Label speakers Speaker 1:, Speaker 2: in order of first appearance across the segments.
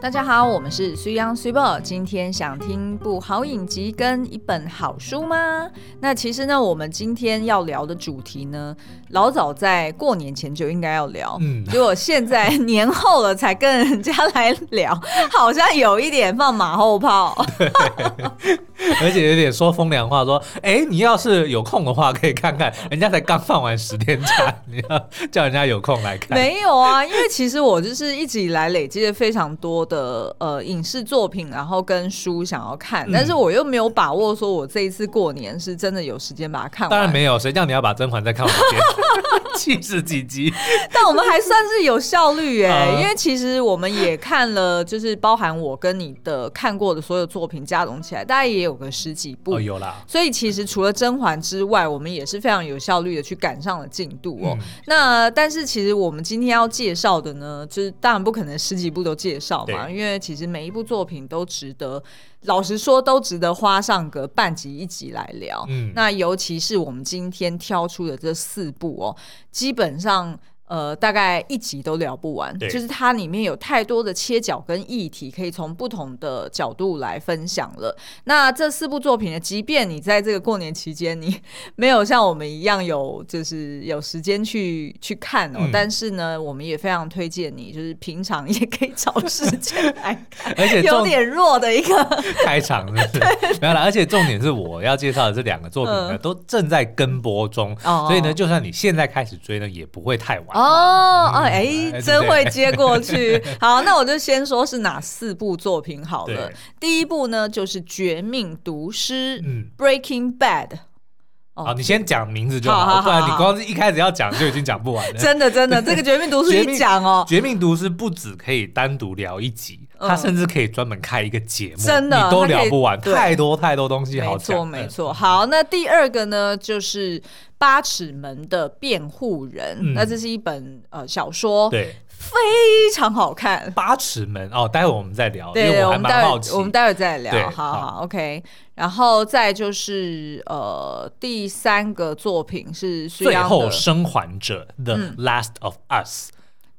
Speaker 1: 大家好，我们是虽阳虽报。今天想听部好影集跟一本好书吗？那其实呢，我们今天要聊的主题呢，老早在过年前就应该要聊，
Speaker 2: 嗯
Speaker 1: 结果现在年后了才跟人家来聊，好像有一点放马后 炮。
Speaker 2: 而且有点说风凉话，说，哎、你要是有空的话，可以看 看，人家才刚放完十天假，你要叫人家有空来看。
Speaker 1: 没有啊，因为其实我就是一直以来累积了非常多的呃影视作品，然后跟书想要
Speaker 2: 嗯
Speaker 1: 看，但是我又没有把握说我这一次过年是真的有时间把它看完。
Speaker 2: 当然没有，谁叫你要把《甄嬛》再看完一遍？ 七十几集，
Speaker 1: 但我们还算是有效率哎、
Speaker 2: 嗯
Speaker 1: 因为其实我们也看了，就是包含我跟你的看过的所有作品加总起来，大概也有个十几部。
Speaker 2: 哦，有啦，
Speaker 1: 所以其实除了甄嬛之外，我们也是非常有效率的去赶上了进度哦。
Speaker 2: 嗯
Speaker 1: 那但是其实我们今天要介绍的呢，就是当然不可能十几部都介绍嘛，因为其实每一部作品都值得，老实说都值得花上个半集一集来聊。
Speaker 2: 嗯
Speaker 1: 那尤其是我们今天挑出的这四部哦，基本上。呃，大概一集都聊不完，
Speaker 2: 对
Speaker 1: 就是它里面有太多的切角跟议题，可以从不同的角度来分享了。那这四部作品呢，即便你在这个过年期间，你没有像我们一样有就是有时间去去看哦，
Speaker 2: 嗯
Speaker 1: 但是呢，我们也非常推荐你，就是平常也可以找时间 来看，
Speaker 2: 而且
Speaker 1: 有
Speaker 2: 重
Speaker 1: 点弱的一个，
Speaker 2: 开 场是不是没有啦，而且重点是我要介绍的这两个作品呢，
Speaker 1: 嗯
Speaker 2: 都正在跟播中，
Speaker 1: 哦
Speaker 2: 所以呢，就算你现在开始追呢，也不会太晚。
Speaker 1: 哦哦，
Speaker 2: 嗯
Speaker 1: 哎、
Speaker 2: 哎
Speaker 1: 真
Speaker 2: 对
Speaker 1: 会接过去。 好，那我就先说是哪四部作品好了
Speaker 2: 对。
Speaker 1: 第一部呢，就是《绝命毒师》
Speaker 2: 嗯
Speaker 1: （Breaking Bad）。哦
Speaker 2: 好，你先讲名字就好，
Speaker 1: 好好好
Speaker 2: 不然你
Speaker 1: 好
Speaker 2: 光是一开始要讲就已经讲不完了。
Speaker 1: 真的，真的，这个《绝命毒师
Speaker 2: 绝》 命
Speaker 1: 一讲哦
Speaker 2: 《，绝命毒师》不止可以单独聊一集，
Speaker 1: 嗯
Speaker 2: 它甚至可以专门开一个节目，
Speaker 1: 真的
Speaker 2: 你都聊不完，
Speaker 1: 它可以对
Speaker 2: 太多太多东西好
Speaker 1: 没
Speaker 2: 讲
Speaker 1: 错，
Speaker 2: 了。
Speaker 1: 没错。好，那第二个呢，就是《八尺门的辩护人》
Speaker 2: 嗯
Speaker 1: 那这是一本呃小说，非
Speaker 2: 对，《
Speaker 1: 常好看。
Speaker 2: 八尺门》哦，待会我们再聊，因
Speaker 1: 对，
Speaker 2: 为
Speaker 1: 我
Speaker 2: 还
Speaker 1: 们待
Speaker 2: 蛮好
Speaker 1: 会
Speaker 2: 奇。
Speaker 1: 我们待会再
Speaker 2: 对
Speaker 1: 聊，好
Speaker 2: 好
Speaker 1: 好 OK。然后再就是呃，第三个作品是苏
Speaker 2: 最
Speaker 1: 央
Speaker 2: 后
Speaker 1: 的，嗯
Speaker 2: 生还者，《The Last of Us》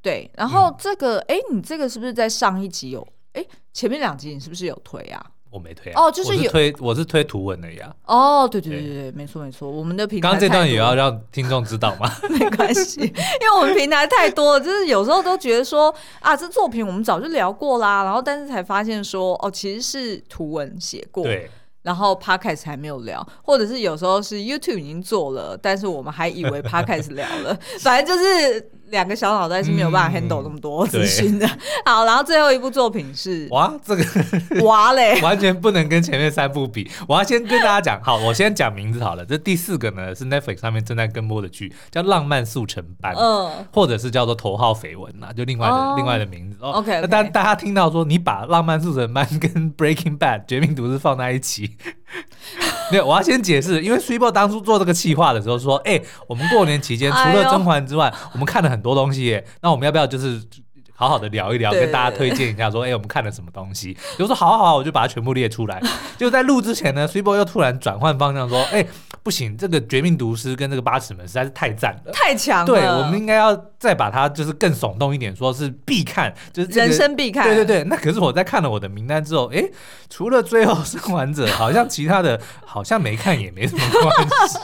Speaker 1: 对。
Speaker 2: 嗯
Speaker 1: 然后这个，哎、你这个是不是在上一集有？哎，前面两集你是不是有推啊？
Speaker 2: 我没推啊，
Speaker 1: 哦就是
Speaker 2: 我
Speaker 1: 有
Speaker 2: 推，我是推图文的呀。
Speaker 1: 哦，对对对对对，没错没错，我们的平台
Speaker 2: 刚刚这
Speaker 1: 太
Speaker 2: 段也
Speaker 1: 多了
Speaker 2: 要让听众知道嘛。
Speaker 1: 没关系，因为我们平台太多了，就是有时候都觉得说啊，这作品我们早就聊过啦，然后但是才发现说哦，其实是图文写过，
Speaker 2: 对，
Speaker 1: 然后 podcast 还没有聊，或者是有时候是 YouTube 已经做了，但是我们还以为 podcast 聊了，反正就是两个小脑袋是没有办法
Speaker 2: 嗯
Speaker 1: handle 那么多
Speaker 2: 对
Speaker 1: 资讯的。 好，然后最后一部作品是
Speaker 2: 哇，这个
Speaker 1: 哇嘞，
Speaker 2: 完全不能跟前面三部比。我要先跟大家讲，好，我先讲名字好了。这第四个呢是 Netflix 上面正在跟播的剧，叫《浪漫速成班》。
Speaker 1: 嗯，
Speaker 2: 或者是叫做头号绯闻啊呐，就另外的、
Speaker 1: 哦
Speaker 2: 另外的名字。哦
Speaker 1: OK，OK
Speaker 2: 那但大家听到说你把《浪漫速成班》跟《Breaking Bad》《绝命毒师》放在一起， 没有，我要先解释，因为 s u p e 当初做这个企划的时候说，哎、我们过年期间除
Speaker 1: 哎
Speaker 2: 了
Speaker 1: 呦
Speaker 2: 甄嬛之外，我们看了很多东西耶，那我们要不要就是？好好的聊一聊，
Speaker 1: 对
Speaker 2: 跟大家推荐一下，说，哎、我们看了什么东西？就说好啊好好，我就把它全部列出 来。就在录之前呢 s u p e 又突然转换方向，说，哎、不行，这个《绝命毒师》跟这个《八尺门》实在是太赞了，
Speaker 1: 太强了，
Speaker 2: 对，我们应该要再把它就是更耸动一点，说是必看，就是、这个
Speaker 1: 人生必看，
Speaker 2: 对对对，那可是我在看了我的名单之后，诶， 除了《最后生还者》，好像其他的好像没看也没什么关系，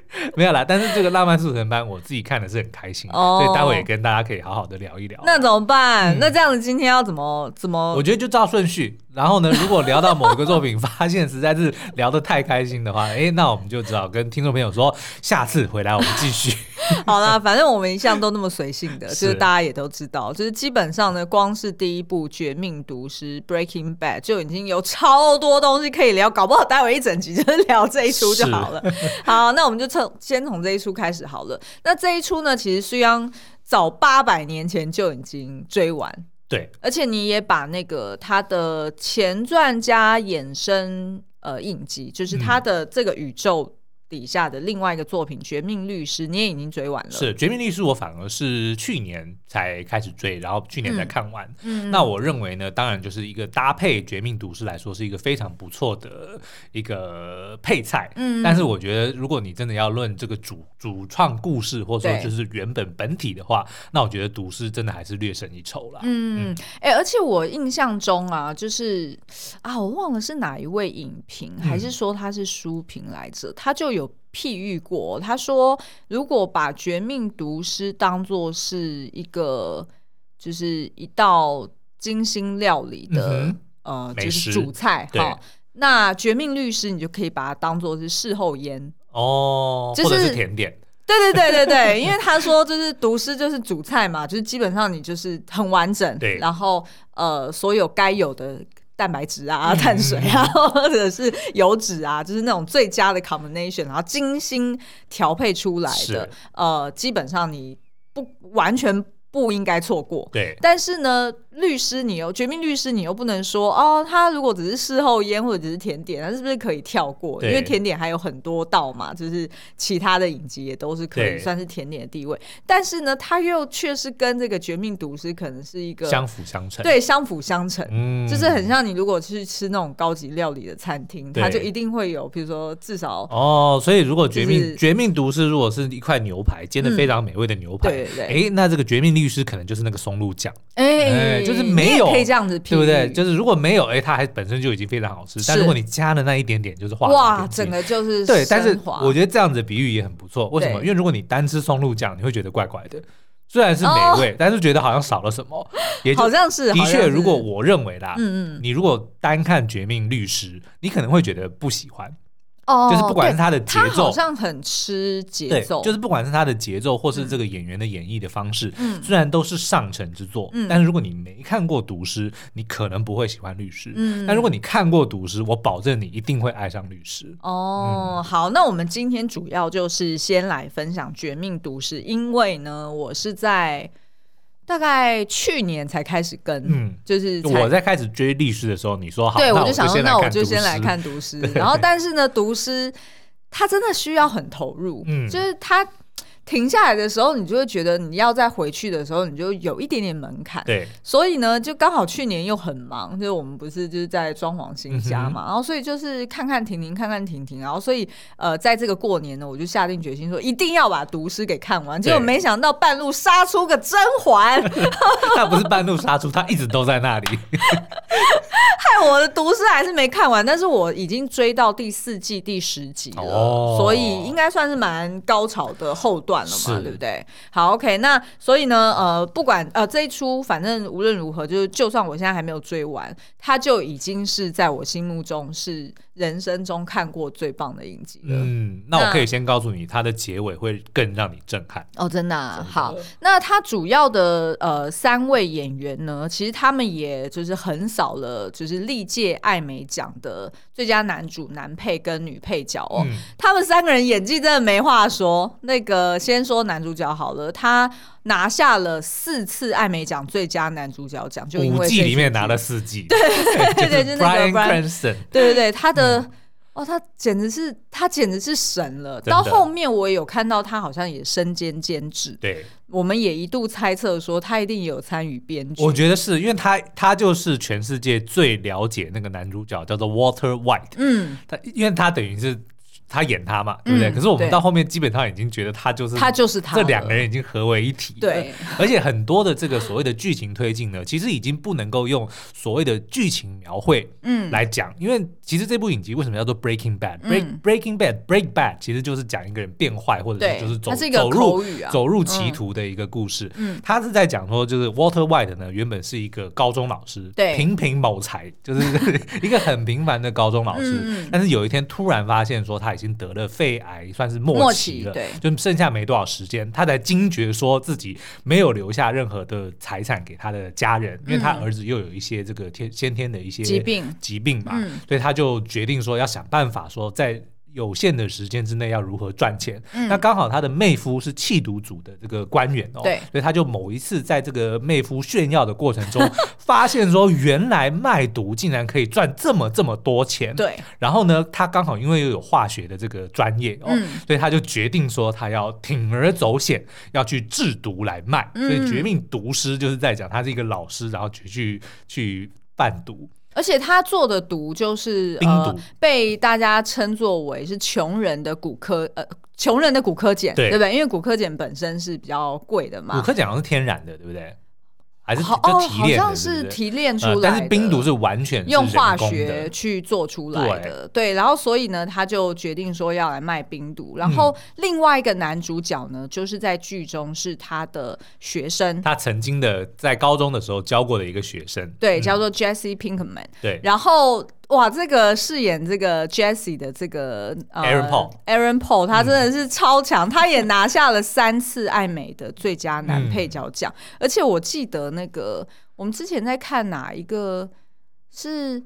Speaker 2: 没有啦。但是这个《浪漫速成班》，我自己看的是很开心的，
Speaker 1: 哦
Speaker 2: 所以待会也跟大家可以好好的聊一聊。
Speaker 1: 那怎么办？
Speaker 2: 嗯
Speaker 1: 那这样子今天要怎么怎么
Speaker 2: 我觉得就照顺序，然后呢，如果聊到某个作品，发现实在是聊得太开心的话，诶，那我们就只好跟听众朋友说，下次回来我们继续。
Speaker 1: 好啦，反正我们一向都那么随性的，就是
Speaker 2: 是
Speaker 1: 大家也都知道，就是基本上呢，光是第一部《绝命毒师》（Breaking Bad） 就已经有超多东西可以聊，搞不好待会一整集就是聊这一出就好了。 好，那我们就从先从这一出开始好了。那这一出呢，其实虽然早八百年前就已经追完。
Speaker 2: 对，
Speaker 1: 而且你也把那个他的前传加衍生呃影集，就是他的这个宇宙底下的另外一个作品《绝命律师》，你也已经追完了。，
Speaker 2: 是《绝命律师》，我反而是去年才开始追，然后去年才看完。
Speaker 1: 嗯
Speaker 2: 那我认为呢，当然就是一个搭配《绝命毒师》来说，是一个非常不错的一个配菜。
Speaker 1: 嗯
Speaker 2: 但是我觉得，如果你真的要论这个主主创故事，或者说
Speaker 1: 对
Speaker 2: 就是原本本体的话，那我觉得毒师真的还是略胜一筹啦。
Speaker 1: 嗯，哎、而且我印象中啊，就是啊，我忘了是哪一位影评，还
Speaker 2: 嗯
Speaker 1: 是说他是书评来着，他就有譬喻过，哦他说如果把《绝命毒师》当做是一个，就是一道精心料理的、
Speaker 2: 嗯
Speaker 1: 呃，
Speaker 2: 美
Speaker 1: 就是
Speaker 2: 食
Speaker 1: 主菜
Speaker 2: 对
Speaker 1: 哈。那《绝命律师》你就可以把它当做是事后烟，
Speaker 2: 哦，
Speaker 1: 就是
Speaker 2: 或者是甜点，
Speaker 1: 对对对对对，因为他说就是读诗就是主菜嘛，就是基本上你就是很完整，
Speaker 2: 对
Speaker 1: 然后呃所有该有的蛋白质
Speaker 2: 嗯
Speaker 1: 啊、碳水啊， 或者是油脂啊，就是那种最佳的 combination，然后精心调配出来的
Speaker 2: 是，
Speaker 1: 呃，基本上你不完全不应该错过。
Speaker 2: 对，
Speaker 1: 但是呢，律师你又绝命律师你又不能说哦，他如果只是事后烟或者只是甜点，他是不是可以跳过？因
Speaker 2: 对
Speaker 1: 为甜点还有很多道嘛，就是其他的影集也都是可以
Speaker 2: 对
Speaker 1: 算是甜点的地位。但是呢，他又却是跟这个绝命毒师可能是一个
Speaker 2: 相辅相成。，
Speaker 1: 对相辅相成。
Speaker 2: 嗯
Speaker 1: 就是很像你如果去吃那种高级料理的餐厅，
Speaker 2: 对
Speaker 1: 它就一定会有，比如说至少
Speaker 2: 哦，所以如果绝命、
Speaker 1: 就是嗯
Speaker 2: 绝命毒师如果是一块牛排，煎的非常美味的牛排，
Speaker 1: 对对对
Speaker 2: 诶那这个绝命律师可能就是那个松露酱，
Speaker 1: 哎、
Speaker 2: 哎就是
Speaker 1: 你也
Speaker 2: 没有
Speaker 1: 可以这样子譬喻，
Speaker 2: 对不对？就是如果没有，诶，它还本身就已经非常好吃，但
Speaker 1: 是
Speaker 2: 如果你加了那一点点，就是化
Speaker 1: 哇，
Speaker 2: 了一点点
Speaker 1: 整个就是
Speaker 2: 对，但是
Speaker 1: 升华
Speaker 2: 我觉得这样子的比喻也很不错。为什么？
Speaker 1: 对
Speaker 2: 因为如果你单吃松露酱，你会觉得怪怪的，虽然是美味，但是觉得好像少了什么。也就
Speaker 1: 哦好像是
Speaker 2: 的
Speaker 1: 好像
Speaker 2: 确，
Speaker 1: 是
Speaker 2: 如果我认为啦，
Speaker 1: 嗯嗯
Speaker 2: 你如果单看《绝命律师》，你可能会觉得不喜欢，
Speaker 1: 哦，
Speaker 2: 就是不管是它的节
Speaker 1: 他好
Speaker 2: 奏。
Speaker 1: 像很吃节
Speaker 2: 对，
Speaker 1: 奏，
Speaker 2: 就是不管是它的节奏，或是这个演员的演绎的方式，
Speaker 1: 嗯
Speaker 2: 虽然都是上乘之作，
Speaker 1: 嗯
Speaker 2: 但是如果你没看过《毒师》，你可能不会喜欢律师。
Speaker 1: 嗯
Speaker 2: 但如果你看过《毒师》，我保证你一定会爱上律师。
Speaker 1: 哦，
Speaker 2: 嗯
Speaker 1: 好，那我们今天主要就是先来分享《绝命毒师》，因为呢，我是在大概去年才开始跟，
Speaker 2: 嗯
Speaker 1: 就是才
Speaker 2: 我在开始追律师的时候，你说好，
Speaker 1: 对，
Speaker 2: 那
Speaker 1: 我就想说，
Speaker 2: 先来
Speaker 1: 那我
Speaker 2: 看
Speaker 1: 就
Speaker 2: 毒
Speaker 1: 先来
Speaker 2: 师。
Speaker 1: 看毒师。然后，但是呢，毒师他真的需要很投入，
Speaker 2: 嗯
Speaker 1: 就是他停下来的时候，你就会觉得你要再回去的时候，你就有一点点门槛。
Speaker 2: 对，
Speaker 1: 所以呢，就刚好去年又很忙，就是我们不是就是在装潢新家嘛，然后所以就是看看停停，看看停停，然后所以呃，在这个过年呢，我就下定决心说一定要把《毒师》给看完，结果
Speaker 2: 对
Speaker 1: 没想到半路杀出个甄嬛，
Speaker 2: 他不是半路杀出，他一直都在那里。
Speaker 1: 害我的《毒师》还是没看完，但是我已经追到第四季第十集了，
Speaker 2: 哦
Speaker 1: 所以应该算是蛮高潮的后段了嘛，
Speaker 2: 是
Speaker 1: 对不对？好，OK，那所以呢，呃，不管呃这一出，反正无论如何，就是就算我现在还没有追完，它就已经是在我心目中是人生中看过最棒的影集了。
Speaker 2: 嗯，那我可以先告诉你，它的结尾会更让你震撼。
Speaker 1: 哦，真的、啊、
Speaker 2: 真的
Speaker 1: 好。那他主要的呃三位演员呢，其实他们也就是横扫了，就是历届艾美奖的最佳男主、男配跟女配角哦。
Speaker 2: 嗯，
Speaker 1: 他们三个人演技真的没话说。那个先说男主角好了，他拿下了四次艾美奖最佳男主角奖，就因
Speaker 2: 五
Speaker 1: 为
Speaker 2: 季
Speaker 1: 这
Speaker 2: 里面拿了四季，对对
Speaker 1: 对就
Speaker 2: 就
Speaker 1: 那
Speaker 2: 是
Speaker 1: 个
Speaker 2: Brian
Speaker 1: Bryan-
Speaker 2: Cranston，
Speaker 1: 对对对，他的、哦，他简直是他简直是神了。
Speaker 2: 嗯真的
Speaker 1: 到后面我也有看到他好像也身兼监制，
Speaker 2: 对，
Speaker 1: 我们也一度猜测说他一定有参与编剧。
Speaker 2: 我觉得是因为他他就是全世界最了解那个男主角叫做 Walter White，
Speaker 1: 嗯，
Speaker 2: 他因为他等于是他演他嘛，对不对？
Speaker 1: 嗯
Speaker 2: 可是我们
Speaker 1: 对
Speaker 2: 到后面基本上已经觉得他就是
Speaker 1: 他就是他
Speaker 2: 这
Speaker 1: 了
Speaker 2: 两个人已经合为一体了。
Speaker 1: 对，
Speaker 2: 而且很多的这个所谓的剧情推进呢，其实已经不能够用所谓的剧情描绘
Speaker 1: 嗯
Speaker 2: 来讲，因为其实这部影集为什么叫做 Breaking Bad？Break、
Speaker 1: 嗯
Speaker 2: Breaking Bad Break Bad 其实就是讲一个人变坏，或者
Speaker 1: 对
Speaker 2: 是就是走
Speaker 1: 它是一个
Speaker 2: 走
Speaker 1: 口
Speaker 2: 入
Speaker 1: 语啊
Speaker 2: 走入歧途的一个故事。
Speaker 1: 嗯
Speaker 2: 他是在讲说，就是 Walter White 呢，原本是一个高中老师，
Speaker 1: 对
Speaker 2: 平平某才，就是 一个很平凡的高中老师。
Speaker 1: 嗯嗯
Speaker 2: 但是有一天突然发现说，他已经得了肺癌，算是
Speaker 1: 末
Speaker 2: 末
Speaker 1: 期
Speaker 2: 期了，
Speaker 1: 对
Speaker 2: 就剩下没多少时间，他才惊觉说自己没有留下任何的财产给他的家人，因为他
Speaker 1: 嗯
Speaker 2: 儿子又有一些这个天先天的一些
Speaker 1: 疾病
Speaker 2: 疾病嘛，
Speaker 1: 嗯
Speaker 2: 所以他就决定说要想办法说在。有限的时间之内要如何赚钱。
Speaker 1: 嗯
Speaker 2: 那刚好他的妹夫是弃毒组的这个官员哦，
Speaker 1: 对
Speaker 2: 所以他就某一次在这个妹夫炫耀的过程 中，发现说原来卖毒竟然可以赚这么这么多钱。
Speaker 1: 对，
Speaker 2: 然后呢，他刚好因为又有化学的这个专业哦，
Speaker 1: 嗯
Speaker 2: 所以他就决定说他要铤而走险，要去制毒来卖。
Speaker 1: 嗯
Speaker 2: 所以《绝命毒师》就是在讲他是一个老师，然后去去去贩毒。
Speaker 1: 而且他做的毒就是
Speaker 2: 冰
Speaker 1: 呃
Speaker 2: 毒，
Speaker 1: 被大家称作为是穷人的骨科呃穷人的骨科碱，
Speaker 2: 对
Speaker 1: 对不对？因为骨科碱本身是比较贵的
Speaker 2: 骨
Speaker 1: 嘛，
Speaker 2: 科讲好像是天然的，对不对？还是
Speaker 1: 好
Speaker 2: 就
Speaker 1: 哦，
Speaker 2: 提
Speaker 1: 好
Speaker 2: 炼的，
Speaker 1: 像
Speaker 2: 对
Speaker 1: 是
Speaker 2: 不对
Speaker 1: 提炼出
Speaker 2: 呃
Speaker 1: 来的，
Speaker 2: 但是冰毒是完全是
Speaker 1: 用
Speaker 2: 人
Speaker 1: 化
Speaker 2: 工
Speaker 1: 学
Speaker 2: 的
Speaker 1: 去做出来的，对，然后所以呢，他就决定说要来卖冰
Speaker 2: 嗯
Speaker 1: 毒。然后另外一个男主角呢，就是在剧中是他的学生，
Speaker 2: 他曾经的在高中的时候教过的一个学生，
Speaker 1: 对，叫做 Jesse Pinkman。
Speaker 2: 对，
Speaker 1: 然后哇，这个饰演这个 Jesse 的这个、呃、
Speaker 2: Aaron Paul 嗯
Speaker 1: Aaron Paul，他真的是超强，他也拿下了三次艾美的最佳男
Speaker 2: 嗯
Speaker 1: 配角奖，而且我记得那个我们之前在看哪一个是。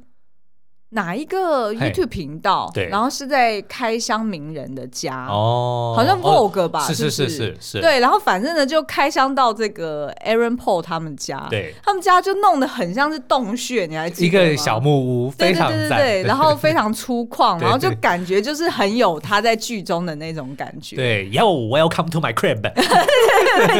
Speaker 1: 哪一个
Speaker 2: 嘿
Speaker 1: YouTube 频道？
Speaker 2: 对
Speaker 1: 然后是在开箱名人的家，
Speaker 2: 哦，
Speaker 1: 好像
Speaker 2: 哦
Speaker 1: Vogue 吧？
Speaker 2: 是
Speaker 1: 是
Speaker 2: 是是
Speaker 1: 不
Speaker 2: 是是，
Speaker 1: 对，然后反正呢，就开箱到这个 Aaron Paul 他们家，
Speaker 2: 对
Speaker 1: 他们家就弄得很像是洞穴，你还记
Speaker 2: 一
Speaker 1: 得吗？
Speaker 2: 个小木屋，
Speaker 1: 对
Speaker 2: 非
Speaker 1: 对
Speaker 2: 常
Speaker 1: 对对
Speaker 2: 赞，
Speaker 1: 对，然后非常粗犷，
Speaker 2: 对
Speaker 1: 然后就
Speaker 2: 对
Speaker 1: 感觉就是很有他在剧中的那种感觉，
Speaker 2: 对，Yo welcome to my crib，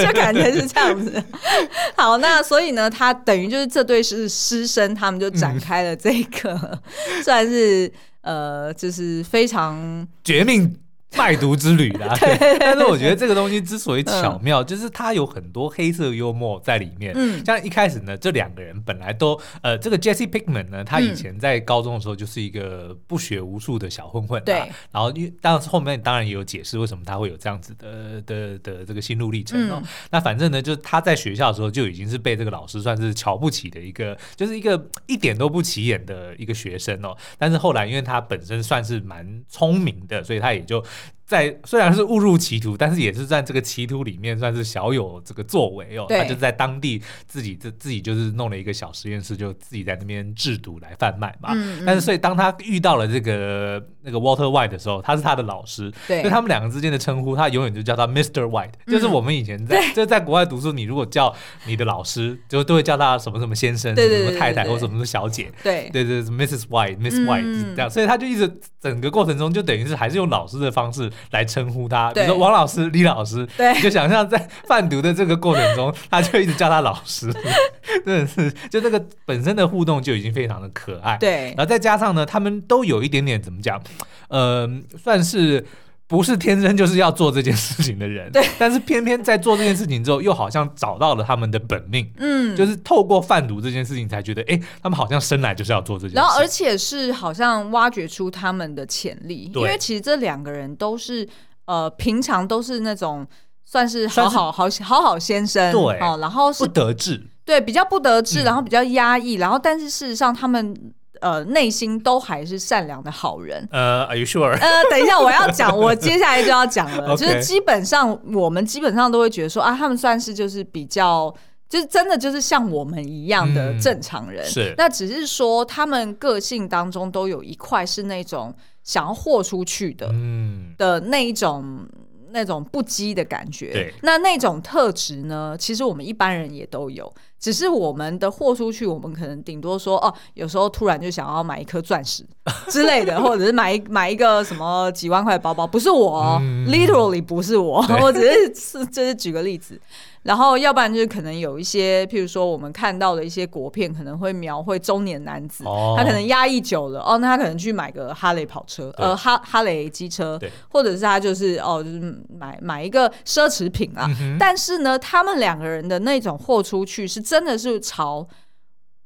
Speaker 1: 就感觉是这样子。 好，那所以呢，他等于就是这对是师生，他们就展开了这 个算是呃，就是非常
Speaker 2: 绝命卖毒之旅啦。 对但是我觉得这个东西之所以巧妙，就是它有很多黑色幽默在里面。
Speaker 1: 嗯
Speaker 2: 像一开始呢，这两个人本来都呃，这个 Jesse Pinkman
Speaker 1: 嗯
Speaker 2: 呢，他以前在高中的时候就是一个不学无术的小混混啦。啊
Speaker 1: 对
Speaker 2: 然后因为当时后面当然也有解释为什么他会有这样子的的的这个心路历程哦。
Speaker 1: 嗯
Speaker 2: 那反正呢，就是他在学校的时候就已经是被这个老师算是瞧不起的一个，就是一个一点都不起眼的一个学生哦。但是后来，因为他本身算是蛮聪明的，所以他也就。在虽然是误入歧途，但是也是在这个歧途里面算是小有这个作为哦。
Speaker 1: 对
Speaker 2: 他就在当地自己自自己就是弄了一个小实验室，就自己在那边制毒来贩卖嘛。
Speaker 1: 嗯嗯
Speaker 2: 但是所以当他遇到了这个那个 Walter White 的时候，他是他的老师，
Speaker 1: 对嗯
Speaker 2: 所以他们两个之间的称呼，他永远就叫他 Mr. White，、就是我们以前在就是在国外读书，你如果叫你的老师，就都会叫他什么什么先生、
Speaker 1: 对对
Speaker 2: 什
Speaker 1: 对
Speaker 2: 么什么太太
Speaker 1: 对对
Speaker 2: 或什么什么小姐。
Speaker 1: 对
Speaker 2: 对对对，Mrs. White、Miss White
Speaker 1: 嗯
Speaker 2: 这样，所以他就一直整个过程中就等于是还是用老师的方式来称呼他，比
Speaker 1: 对
Speaker 2: 如说王老师、李老师，
Speaker 1: 对
Speaker 2: 你就想象在贩毒的这个过程中，他就一直叫他老师， 真的是就这个本身的互动就已经非常的可爱，
Speaker 1: 对
Speaker 2: 然后再加上呢，他们都有一点点怎么讲，呃，算是不是天生就是要做这件事情的人，
Speaker 1: 对，
Speaker 2: 但是偏偏在做这件事情之后，又好像找到了他们的本命，
Speaker 1: 嗯，
Speaker 2: 就是透过贩毒这件事情才觉得，哎，他们好像生来就是要做这件事。
Speaker 1: 然后而且是好像挖掘出他们的潜力，因
Speaker 2: 对
Speaker 1: 为其实这两个人都是呃平常都是那种算是好
Speaker 2: 算是
Speaker 1: 好好好好先生，
Speaker 2: 对
Speaker 1: 哦，然后
Speaker 2: 不
Speaker 1: 是
Speaker 2: 得志，
Speaker 1: 对比较不得志，
Speaker 2: 嗯
Speaker 1: 然后比较压抑，然后但是事实上他们呃内心都还是善良的好人。
Speaker 2: 呃，Are you sure？
Speaker 1: 呃，等一下，我要讲，我接下来就要讲 了，
Speaker 2: OK
Speaker 1: 就是基本上我们基本上都会觉得说啊，他们算是就是比较。就是真的就是像我们一样的
Speaker 2: 嗯
Speaker 1: 正常人，
Speaker 2: 是
Speaker 1: 那只是说他们个性当中都有一块是那种想要豁出去的、
Speaker 2: 嗯，
Speaker 1: 的那一种那种不羁的感觉。
Speaker 2: 对
Speaker 1: 那那种特质呢，其实我们一般人也都有，只是我们的豁出去，我们可能顶多说哦，有时候突然就想要买一颗钻石之类 的，或者是买一买一个什么几万块的包包，不是我、哦
Speaker 2: 嗯
Speaker 1: l i t e r a l l y 不是我，我只是是 就是举个例子。然后，要不然就是可能有一些，譬如说我们看到的一些国片，可能会描绘中年男子，
Speaker 2: 哦
Speaker 1: 他可能压抑久了，哦，那他可能去买个哈雷跑车，
Speaker 2: 对
Speaker 1: 呃，哈哈雷机车
Speaker 2: 对，
Speaker 1: 或者是他就是哦，就是买买一个奢侈品
Speaker 2: 嗯
Speaker 1: 啊。但是呢，他们两个人的那种豁出去，是真的是朝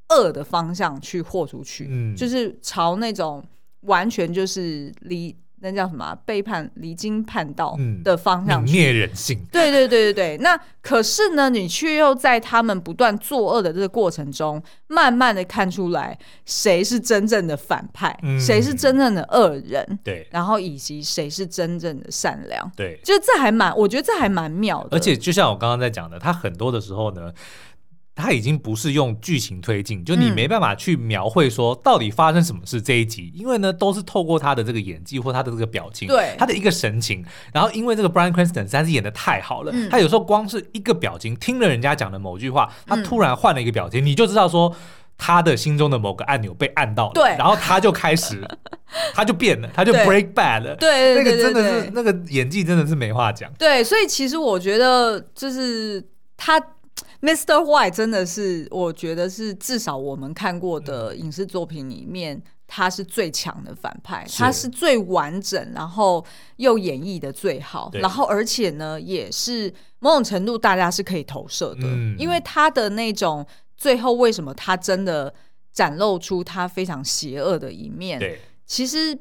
Speaker 1: 恶的方向去豁出去，
Speaker 2: 嗯
Speaker 1: 就是朝那种完全就是离那叫什么啊、背叛、离经叛道
Speaker 2: 嗯
Speaker 1: 的方向
Speaker 2: 泯
Speaker 1: 去。
Speaker 2: 灭人性，
Speaker 1: 对对对对对，那可是呢，你却又在他们不断作恶的这个过程中，慢慢的看出来谁是真正的反派，
Speaker 2: 嗯
Speaker 1: 谁是真正的恶人，
Speaker 2: 对
Speaker 1: 然后以及谁是真正的善良，
Speaker 2: 对，
Speaker 1: 就这还蛮，我觉得这还蛮妙的，
Speaker 2: 而且就像我刚刚在讲的，他很多的时候呢，它已经不是用剧情推进，就你
Speaker 1: 嗯
Speaker 2: 没办法去描绘说到底发生什么事这一集，因为呢都是透过他的这个演技或他的这个表情，
Speaker 1: 对
Speaker 2: 他的一个神情，然后因为这个 Brian Cranston 实在是演的太好了，
Speaker 1: 嗯
Speaker 2: 他有时候光是一个表情，听了人家讲的某句话，他
Speaker 1: 嗯
Speaker 2: 突然换了一个表情，你就知道说。他的心中的某个按钮被按到了，
Speaker 1: 对
Speaker 2: 然后他就 开始，他就变了，他就
Speaker 1: 对
Speaker 2: break bad 了，
Speaker 1: 对对
Speaker 2: 那个
Speaker 1: 对对
Speaker 2: 真的
Speaker 1: 对
Speaker 2: 是那个演技真的是没话讲。
Speaker 1: 对，所以其实我觉得就是他。Mr. White 真的是，我觉得是至少我们看过的
Speaker 2: 嗯
Speaker 1: 影视作品里面，他是最强的反派，
Speaker 2: 是
Speaker 1: 他是最完整，然后又演绎的最好，
Speaker 2: 对
Speaker 1: 然后而且呢，也是某种程度大家是可以投射的，
Speaker 2: 嗯
Speaker 1: 因为他的那种最后为什么他真的展露出他非常邪恶的一面，
Speaker 2: 对，
Speaker 1: 其实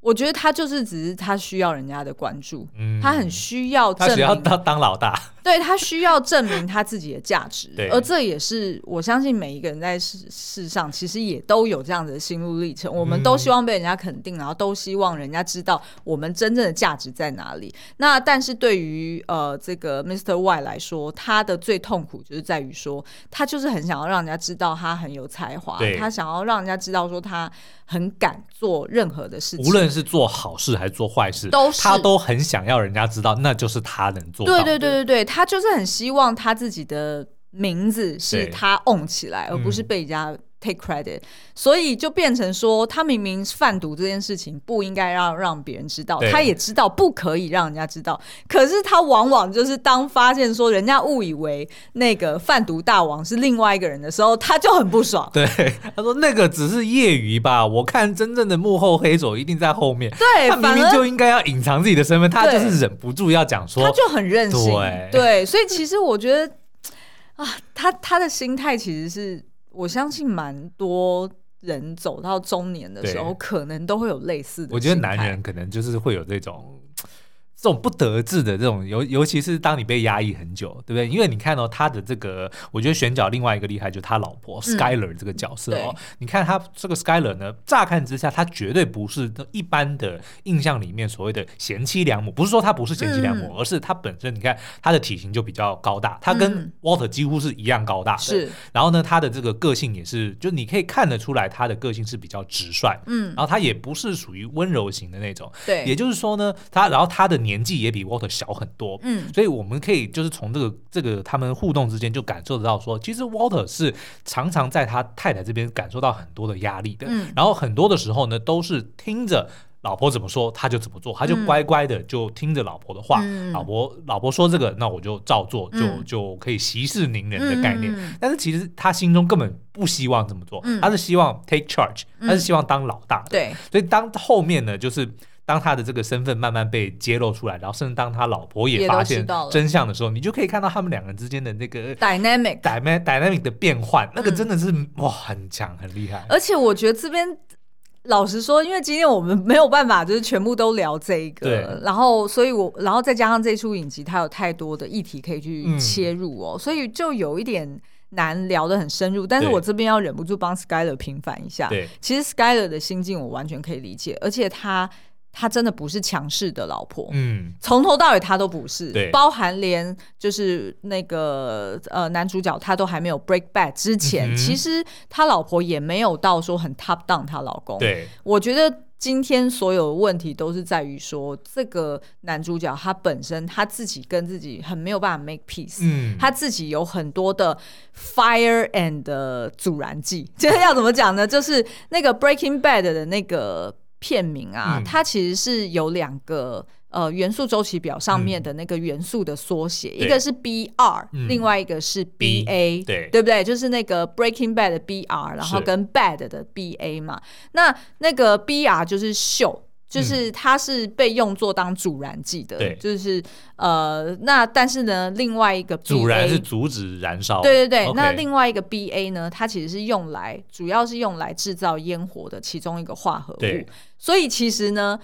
Speaker 1: 我觉得他就是只是他需要人家的关注，
Speaker 2: 嗯
Speaker 1: 他很需要
Speaker 2: 他
Speaker 1: 证
Speaker 2: 只要
Speaker 1: 明，
Speaker 2: 当当老大，
Speaker 1: 对他需要证明他自己的价值
Speaker 2: 对，
Speaker 1: 而这也是我相信每一个人在世世上其实也都有这样子的心路历
Speaker 2: 嗯
Speaker 1: 程。我们都希望被人家肯定，然后都希望人家知道我们真正的价值在哪里。那但是对于呃这个 Mr. Y 来说，他的最痛苦就是在于说，他就是很想要让人家知道他很有才华
Speaker 2: 对，
Speaker 1: 他想要让人家知道说他很敢做任何的事情，
Speaker 2: 无论是做好事还是做坏事，
Speaker 1: 都是
Speaker 2: 他都很想要人家知道，那就是他能做到
Speaker 1: 对
Speaker 2: 的。
Speaker 1: 对对对对，他就是很希望他自己的名字是
Speaker 2: 对嗯
Speaker 1: 他 own 起来，而不是被人家 take credit，、所以就变成说，他明明贩毒这件事情不应该让让别人知道
Speaker 2: 对，
Speaker 1: 他也知道不可以让人家知道，可是他往往就是当发现说人家误以为那个贩毒大王是另外一个人的时候，他就很不爽。
Speaker 2: 对。他说那个只是业余吧，我看真正的幕后黑手一定在后面。
Speaker 1: 对
Speaker 2: 他，明
Speaker 1: 哎反
Speaker 2: 明
Speaker 1: 而
Speaker 2: 就应该要隐藏自己的身份，他就
Speaker 1: 对
Speaker 2: 是忍不住要讲说
Speaker 1: 他，就很任性，
Speaker 2: 对
Speaker 1: 所以其实我觉得啊，他他的心态其实是我相信蛮多人走到中年的时候，
Speaker 2: 对
Speaker 1: 可能都会有类似的。
Speaker 2: 我觉得男人，可能就是会有这种。这种不得志的这种，尤尤其是当你被压抑很久，对不对？因为你看哦，他的这个，我觉得选角另外一个厉害就是他老婆、Skyler 这个角色哦
Speaker 1: 嗯对。
Speaker 2: 你看他这个 Skyler 呢，乍看之下，他绝对不是一般的印象里面所谓的贤妻良母，不是说他不是贤妻良
Speaker 1: 嗯
Speaker 2: 母，而是他本身你看他的体型就比较高大，他跟
Speaker 1: 嗯
Speaker 2: Walter 几乎是一样高大的。
Speaker 1: 是。
Speaker 2: 然后呢，他的这个个性也是，就你可以看得出来，他的个性是比较直率，
Speaker 1: 嗯，
Speaker 2: 然后他也不是属于温柔型的那种，也
Speaker 1: 对，
Speaker 2: 就是说呢，他然后他的年纪也比 Walter 小很多，
Speaker 1: 嗯，
Speaker 2: 所以我们可以就是从这个这个他们互动之间就感受得到说，其实 Walter 是常常在他太太这边感受到很多的压力的，
Speaker 1: 嗯
Speaker 2: 然后很多的时候呢都是听着。老婆怎么说，他就怎么做，他就
Speaker 1: 嗯
Speaker 2: 乖乖的就听着老婆的话。
Speaker 1: 嗯
Speaker 2: 老婆老婆说这个，那我就照做，就、
Speaker 1: 嗯
Speaker 2: 就可以息事宁人的概念。
Speaker 1: 嗯嗯嗯
Speaker 2: 但是其实他心中根本不希望这么做，
Speaker 1: 嗯
Speaker 2: 他是希望 take charge，、他是希望当老大的。
Speaker 1: 对，
Speaker 2: 所以当后面呢，就是当他的这个身份慢慢被揭露出来，然后甚至当他老婆也
Speaker 1: 也都
Speaker 2: 发现
Speaker 1: 知道了
Speaker 2: 真相的时候，你就可以看到他们两个人之间的那个
Speaker 1: dynamic。
Speaker 2: dynamic dynamic 的变换，那个
Speaker 1: 嗯呃
Speaker 2: 真的是、哇，很强，很厉害。
Speaker 1: 而且我觉得这边老实说，因为今天我们没有办法就是全部都聊这一个
Speaker 2: 对，
Speaker 1: 然后所以我然后再加上这出影集，它有太多的议题可以去
Speaker 2: 嗯
Speaker 1: 切入哦，所以就有一点难聊得很深入。但是
Speaker 2: 对
Speaker 1: 我这边要忍不住帮 Skyler 平反一下，
Speaker 2: 对，
Speaker 1: 其实 Skyler 的心境我完全可以理解，而且她她真的不是强势的老婆，
Speaker 2: 嗯，
Speaker 1: 从头到尾他都不是，
Speaker 2: 对
Speaker 1: 包含连就是那个呃男主角他都还没有 break back 之前，
Speaker 2: 嗯哼
Speaker 1: 其实他老婆也没有到说很 top down 她老公。，
Speaker 2: 对，
Speaker 1: 我觉得今天所有的问题都是在于说这个男主角他本身他自己跟自己很没有办法 make peace，、
Speaker 2: 嗯，
Speaker 1: 他自己有很多的 fire and 呃阻燃剂， 这要怎么讲呢？就是那个 Breaking Bad 的那个片名啊，
Speaker 2: 嗯
Speaker 1: 它其实是有两个呃元素周期表上面的那个元素的缩写，一个是 BR，、
Speaker 2: 嗯
Speaker 1: 另外一个是
Speaker 2: B，
Speaker 1: BA，
Speaker 2: 对
Speaker 1: 对不对？就是那个 Breaking Bad 的 BR，然后
Speaker 2: 是
Speaker 1: 跟 Bad 的 BA 嘛。那那个 BR 就是秀，就是它是被用作当阻燃剂的，
Speaker 2: 嗯对
Speaker 1: 就是呃，那但是呢，另外一个 BA,
Speaker 2: 阻燃是阻止燃烧，
Speaker 1: 对对对
Speaker 2: OK
Speaker 1: 那另外一个 BA 呢，它其实是用来主要是用来制造烟火的其中一个化合物
Speaker 2: 对，
Speaker 1: 所以其实呢，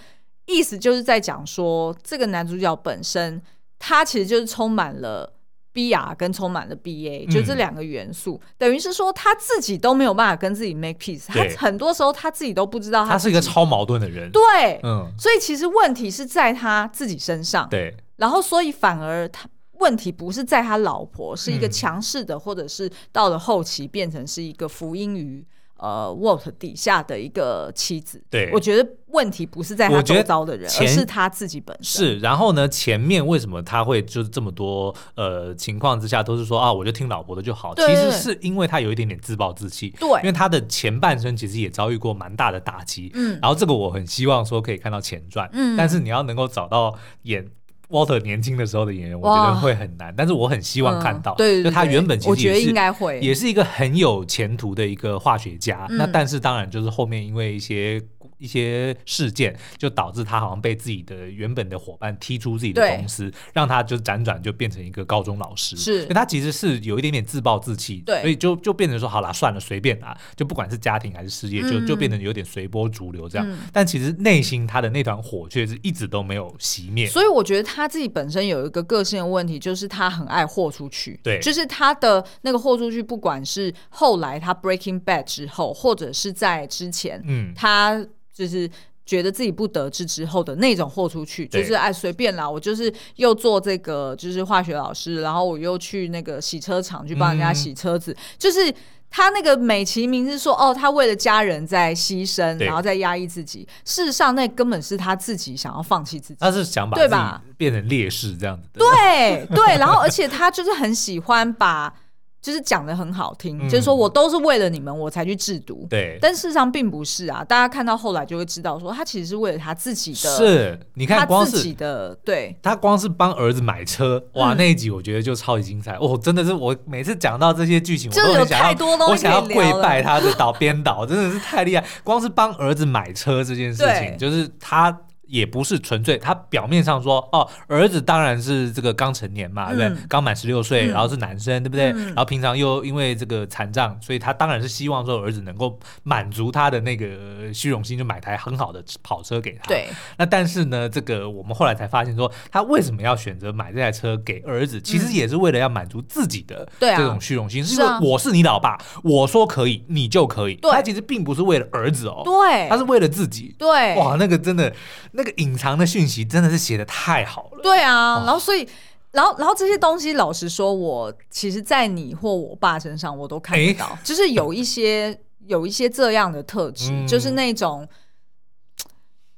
Speaker 1: 意思就是在讲说，这个男主角本身他其实就是充满了。BR 跟充满了 BA，
Speaker 2: 嗯
Speaker 1: 就这两个元素，等于是说他自己都没有办法跟自己 make peace，他
Speaker 2: 对
Speaker 1: 很多时候他自己都不知道
Speaker 2: 他是一个
Speaker 1: 自己
Speaker 2: 超矛盾的人，
Speaker 1: 对，
Speaker 2: 嗯，
Speaker 1: 所以其实问题是在他自己身上，
Speaker 2: 对，
Speaker 1: 然后所以反而他问题不是在他老婆，是一个
Speaker 2: 嗯
Speaker 1: 强势的，或者是到了后期变成是一个福音于呃 Walt 底下的一个妻子。
Speaker 2: 对
Speaker 1: 我觉得问题不是在他
Speaker 2: 我
Speaker 1: 周
Speaker 2: 觉得
Speaker 1: 遭的人，而
Speaker 2: 前
Speaker 1: 是他自己本身。
Speaker 2: 是，然后呢，前面为什么他会就是这么多呃情况之下都是说啊，我就听老婆的就好？
Speaker 1: 对对
Speaker 2: 其
Speaker 1: 对
Speaker 2: 实是因为他有一点点自暴自弃，
Speaker 1: 对
Speaker 2: 因为他的前半生其实也遭遇过蛮大的打击，
Speaker 1: 嗯
Speaker 2: 然后这个我很希望说可以看到前传，
Speaker 1: 嗯
Speaker 2: 但是你要能够找到演。Walter 年轻的时候的演员，我觉
Speaker 1: 哇
Speaker 2: 得会很难，但是我很希望看到，
Speaker 1: 嗯对对对
Speaker 2: 就他原本其
Speaker 1: 我
Speaker 2: 实也
Speaker 1: 觉得
Speaker 2: 是
Speaker 1: 应该会
Speaker 2: 也是一个很有前途的一个化学家。
Speaker 1: 嗯
Speaker 2: 那但是当然就是后面因为一些一些事件，就导致他好像被自己的原本的伙伴踢出自己的
Speaker 1: 对
Speaker 2: 公司，让他就辗转就变成一个高中老师。
Speaker 1: 是
Speaker 2: 所以他其实是有一点点自暴自弃，
Speaker 1: 对
Speaker 2: 所以就就变成说好啦，算了，随便啦，就不管是家庭还是事业，就
Speaker 1: 嗯
Speaker 2: 就变成有点随波逐流这样。
Speaker 1: 嗯
Speaker 2: 但其实内心他的那团火却是一直都没有熄灭。
Speaker 1: 所以我觉得他自己本身有一个个性的问题，就是他很爱豁出去。
Speaker 2: 对
Speaker 1: 就是他的那个豁出去，不管是后来他 Breaking Bad 之后，或者是在之前，
Speaker 2: 嗯，
Speaker 1: 他就是。觉得自己不得志之后的那种豁出去，就
Speaker 2: 对
Speaker 1: 是哎随便啦，我就是又做这个就是化学老师，然后我又去那个洗车场去帮人家
Speaker 2: 嗯
Speaker 1: 洗车子，就是他那个美其名是说哦，他为了家人在牺牲，
Speaker 2: 对
Speaker 1: 然后再压抑自己，事实上那根本是他自己想要放弃自己。
Speaker 2: 他是想把
Speaker 1: 对
Speaker 2: 自
Speaker 1: 吧
Speaker 2: 己变成烈士这样子的。
Speaker 1: 对对，然后而且他就是很喜欢把，就是讲的很好听，
Speaker 2: 嗯
Speaker 1: 就是说我都是为了你们我才去制毒，
Speaker 2: 对，
Speaker 1: 但事实上并不是啊。大家看到后来就会知道，说他其实是为了他自己的，
Speaker 2: 是你看
Speaker 1: 他
Speaker 2: 光
Speaker 1: 自
Speaker 2: 是
Speaker 1: 己的对。
Speaker 2: 他光是帮儿子买车，哇，
Speaker 1: 嗯
Speaker 2: 那一集我觉得就超级精彩哦！真的是我每次讲到这些剧情，我
Speaker 1: 就
Speaker 2: 都
Speaker 1: 有
Speaker 2: 很想
Speaker 1: 太
Speaker 2: 要，
Speaker 1: 多东西
Speaker 2: 我想要
Speaker 1: 可以聊
Speaker 2: 跪
Speaker 1: 了
Speaker 2: 拜他的导编导， 真的是太厉害。光是帮儿子买车这件事
Speaker 1: 对
Speaker 2: 情，就是他。也不是纯粹，他表面上说哦，儿子当然是这个刚成年嘛，对不
Speaker 1: 嗯
Speaker 2: 对？刚满十六岁，
Speaker 1: 嗯
Speaker 2: 然后是男生，对不对？
Speaker 1: 嗯
Speaker 2: 然后平常又因为这个残障，所以他当然是希望说儿子能够满足他的那个虚荣心，就买台很好的跑车给他。
Speaker 1: 对，
Speaker 2: 那但是呢，这个我们后来才发现说，他为什么要选择买这台车给儿子，其实也是为了要满足自己的
Speaker 1: 对啊
Speaker 2: 这种虚荣心，是
Speaker 1: 是
Speaker 2: 因
Speaker 1: 啊
Speaker 2: 为我是你老爸，我说可以，你就可以。
Speaker 1: 对
Speaker 2: 他其实并不是为了儿子哦，
Speaker 1: 对，
Speaker 2: 他是为了自己。
Speaker 1: 对，
Speaker 2: 哇，那个真的，那个隐藏的讯息真的是写的太好了。
Speaker 1: 对啊，然后所以，然后然后这些东西，老实说，我其实，在你或我爸身上，我都看得到，就是有一些有一些这样的特质，
Speaker 2: 嗯
Speaker 1: 就是那种。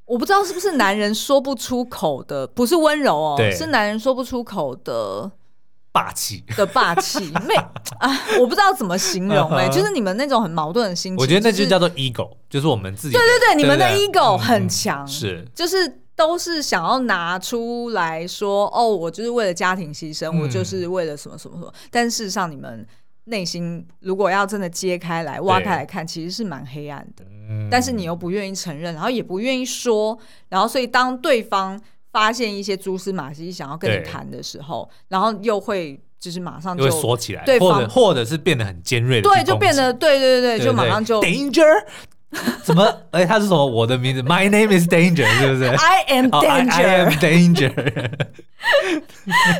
Speaker 1: 我不知道是不是男人说不出口的，不是温柔哦，
Speaker 2: 对
Speaker 1: 是男人说不出口的
Speaker 2: 霸气，
Speaker 1: 的霸气。没啊，我不知道怎么形容哎、
Speaker 2: 嗯哼
Speaker 1: 就是你们那种很矛盾的心情。
Speaker 2: 我觉得那
Speaker 1: 就
Speaker 2: 就是叫做 ego，就是我们自己
Speaker 1: 嗯
Speaker 2: 的。
Speaker 1: 对对对，你们的
Speaker 2: 对
Speaker 1: ego
Speaker 2: 嗯
Speaker 1: 很
Speaker 2: 嗯
Speaker 1: 强，
Speaker 2: 是
Speaker 1: 就是都是想要拿出来说，哦，我就是为了家庭牺牲，
Speaker 2: 嗯
Speaker 1: 我就是为了什么什么什么。但事实上，你们内心如果要真的揭开来、挖开来看，其实是蛮黑暗的。
Speaker 2: 嗯
Speaker 1: 但是你又不愿意承认，然后也不愿意说，然后所以当对方发现一些蛛丝马迹，想要跟你
Speaker 2: 对
Speaker 1: 谈的时候，然后又会就是马上
Speaker 2: 就会
Speaker 1: 就
Speaker 2: 锁起来，
Speaker 1: 对
Speaker 2: 或
Speaker 1: 方
Speaker 2: 者或者是变得很尖锐的去攻
Speaker 1: 对，
Speaker 2: 击，
Speaker 1: 就变得对对对，
Speaker 2: 对
Speaker 1: 就马上就
Speaker 2: 对 danger，怎么？ 哎，他是什么？我的名字，My name is danger，是 不是
Speaker 1: I am
Speaker 2: 哦 I- I
Speaker 1: danger，
Speaker 2: am danger，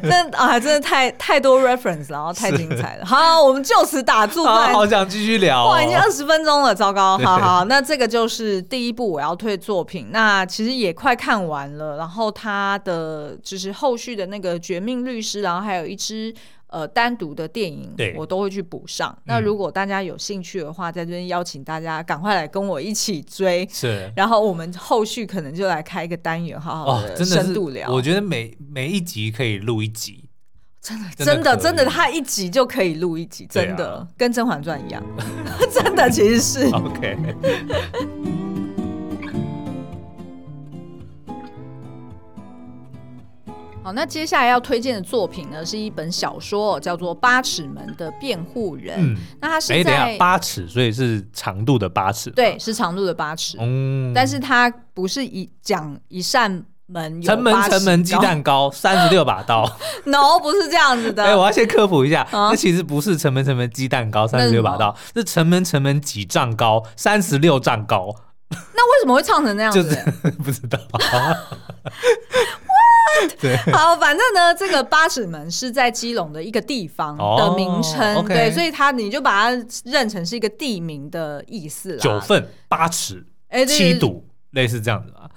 Speaker 1: 真的啊，真的太太多 reference，然后太精彩了。好，我们就此打住，不
Speaker 2: 啊，
Speaker 1: 然
Speaker 2: 好想继续聊、
Speaker 1: 哇，已经
Speaker 2: 哦。
Speaker 1: 二十分钟了，糟糕！
Speaker 2: 对
Speaker 1: 好 好，那这个就是第一部我要推的作品，那其实也快看完了。然后它的就是后续的那个《绝命律师》，然后还有一支呃单独的电影
Speaker 2: 对，嗯
Speaker 1: 我都会去补上。那如果大家有兴趣的话，在这边邀请大家赶快来跟我一起追。
Speaker 2: 是
Speaker 1: 然后我们后续可能就来开一个单元，好好
Speaker 2: 哦，
Speaker 1: 的
Speaker 2: 真的
Speaker 1: 深
Speaker 2: 是
Speaker 1: 度聊。，
Speaker 2: 我觉得每每一集可以录一集，
Speaker 1: 真的，真
Speaker 2: 真
Speaker 1: 的，
Speaker 2: 的
Speaker 1: 真
Speaker 2: 可
Speaker 1: 的，
Speaker 2: 以
Speaker 1: 他一集就可以录一集，
Speaker 2: 对啊哦
Speaker 1: 真的、跟《甄嬛传》一 样，真的其实是。
Speaker 2: OK。
Speaker 1: 好，那接下来要推荐的作品呢，是一本小说哦、叫做《八尺门的辩护人》。
Speaker 2: 嗯，
Speaker 1: 那它
Speaker 2: 哎，
Speaker 1: 是
Speaker 2: 等一
Speaker 1: 在
Speaker 2: 下，八尺，所以是长度的八尺。，
Speaker 1: 对，是长度的八尺，
Speaker 2: 嗯，
Speaker 1: 但是它不是一讲一扇门有
Speaker 2: 城门
Speaker 1: 八尺
Speaker 2: 城门鸡蛋糕三十六把 刀。
Speaker 1: 高 ，no，不是这样子的。
Speaker 2: 哎、我要先科普一下，
Speaker 1: 啊
Speaker 2: 那其实不是城门城门鸡蛋糕三
Speaker 1: 那是
Speaker 2: 十
Speaker 1: 什
Speaker 2: 六
Speaker 1: 么
Speaker 2: 把刀，是城门城门几丈高三十六丈高，
Speaker 1: 那为什么会唱成那样子？
Speaker 2: 就是不知道。对，
Speaker 1: 好，反正呢，这个八尺门是在基隆的一个地方的名称，
Speaker 2: 哦，OK
Speaker 1: 对，所以它你就把它认成是一个地名的意思啦。
Speaker 2: 九份八尺
Speaker 1: 哎，对
Speaker 2: 七，堵，类似这样子吧？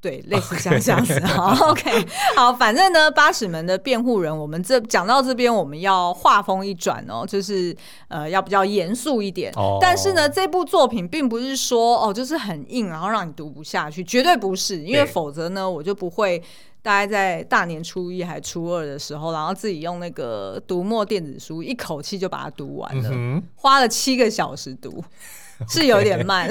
Speaker 1: 对，类似像这样子。 好，OK，好，反正呢，八尺门的辩护人，我们这讲到这边，我们要话锋一转哦，就是呃，要比较严肃一点。
Speaker 2: 哦
Speaker 1: 但是呢，这部作品并不是说哦，就是很硬，然后让你读不下去，绝对不是，因为
Speaker 2: 对
Speaker 1: 否则呢，我就不会。大概在大年初一还初二的时候，然后自己用那个读墨电子书，一口气就把它读完
Speaker 2: 嗯
Speaker 1: 了，
Speaker 2: 哼，
Speaker 1: 花了七个小时读，是有点 慢。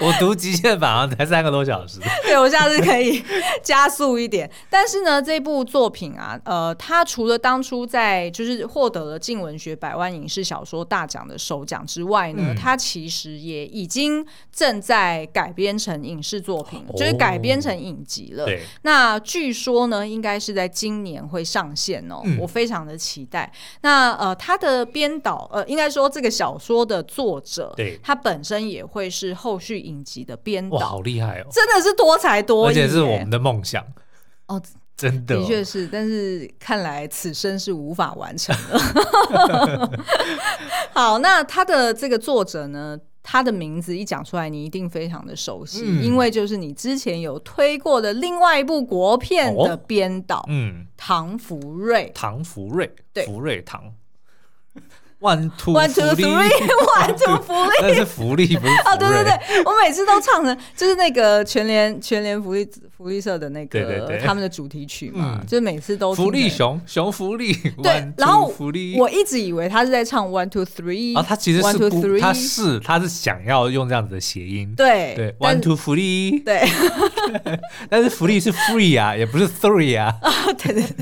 Speaker 2: 我读《极限版》好像才三个 多小时。
Speaker 1: 对我下次可以加速一点。但是呢，这部作品啊，呃，它除了当初在就是获得了静文学百万影视小说大奖的首奖之外呢，
Speaker 2: 嗯
Speaker 1: 它其实也已经正在改编成影视作品，就是
Speaker 2: 哦
Speaker 1: 改编成影集了。
Speaker 2: 对，
Speaker 1: 那据说呢，应该是在今年会上线哦，
Speaker 2: 嗯
Speaker 1: 我非常的期待。那呃，他的编导呃，应该说这个小说的作者，
Speaker 2: 对
Speaker 1: 他本身也会是后续影集的编
Speaker 2: 哇，
Speaker 1: 导
Speaker 2: 好。厉害哦！
Speaker 1: 真的是多才多艺，
Speaker 2: 而且是我们。的梦想
Speaker 1: 哦，
Speaker 2: 真的哦、
Speaker 1: 的确是，但是看来此生是无法完成的。 好，那他的这个作者呢，他的名字一讲出来，你一定非常的熟悉，
Speaker 2: 嗯
Speaker 1: 因为就是你之前有推过的另外一部国片的
Speaker 2: 哦
Speaker 1: 编导、
Speaker 2: 嗯，
Speaker 1: 唐福瑞。
Speaker 2: 唐福瑞，
Speaker 1: 对
Speaker 2: 福瑞唐，One Two
Speaker 1: One two three, one two three。
Speaker 2: 那是福利，不是福瑞。
Speaker 1: 哦，对对对，我每次都唱的，就是那个全联全联福利福利社的那个
Speaker 2: 对对对
Speaker 1: 他们的主题曲嘛，
Speaker 2: 嗯
Speaker 1: 就是每次都
Speaker 2: 福利
Speaker 1: 听的
Speaker 2: 熊，熊福利，
Speaker 1: 对
Speaker 2: One，
Speaker 1: 然后
Speaker 2: Two 福利。
Speaker 1: 我一直以为他是在唱 one two three，
Speaker 2: 啊，他其实
Speaker 1: one two
Speaker 2: 是不，他
Speaker 1: three，
Speaker 2: 是他是想要用这样子的谐音，
Speaker 1: 对
Speaker 2: 对
Speaker 1: 但
Speaker 2: ，one two 福利，
Speaker 1: 对
Speaker 2: 但是福利是 free 啊，也不是 three 啊，
Speaker 1: 对对对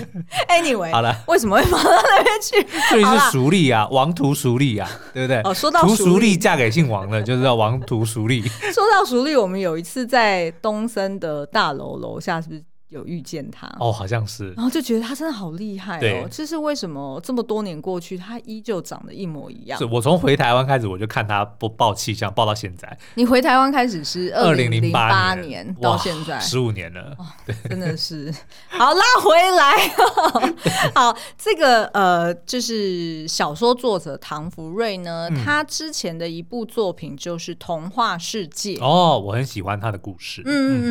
Speaker 1: ，anyway，
Speaker 2: 好了，
Speaker 1: 为什么会跑到那边去？
Speaker 2: 所以
Speaker 1: 好啦
Speaker 2: 是熟利啊，王图熟利啊，对不对？
Speaker 1: 哦说到
Speaker 2: 图
Speaker 1: 熟
Speaker 2: 熟
Speaker 1: 利
Speaker 2: 利嫁给姓王的，就知道王图熟利。
Speaker 1: 说到熟丽，我们有一次在东森的大楼楼下，是不是有遇见他？
Speaker 2: 哦，好像是，
Speaker 1: 然后就觉得他真的好厉害哦！
Speaker 2: 对
Speaker 1: 就是为什么这么多年过去，他依旧长得一模一样
Speaker 2: 是。我从回台湾开始，我就看他不报气象，报到现在
Speaker 1: 你回台湾开始是二
Speaker 2: 二
Speaker 1: 零
Speaker 2: 零
Speaker 1: 零
Speaker 2: 八
Speaker 1: 年到现在，
Speaker 2: 十五年了。
Speaker 1: 真的是好拉回来。 好，这个呃，就是小说作者唐福瑞呢，
Speaker 2: 嗯
Speaker 1: 他之前的一部作品就是《童话世界》。
Speaker 2: 哦，我很喜欢他的故事。
Speaker 1: 嗯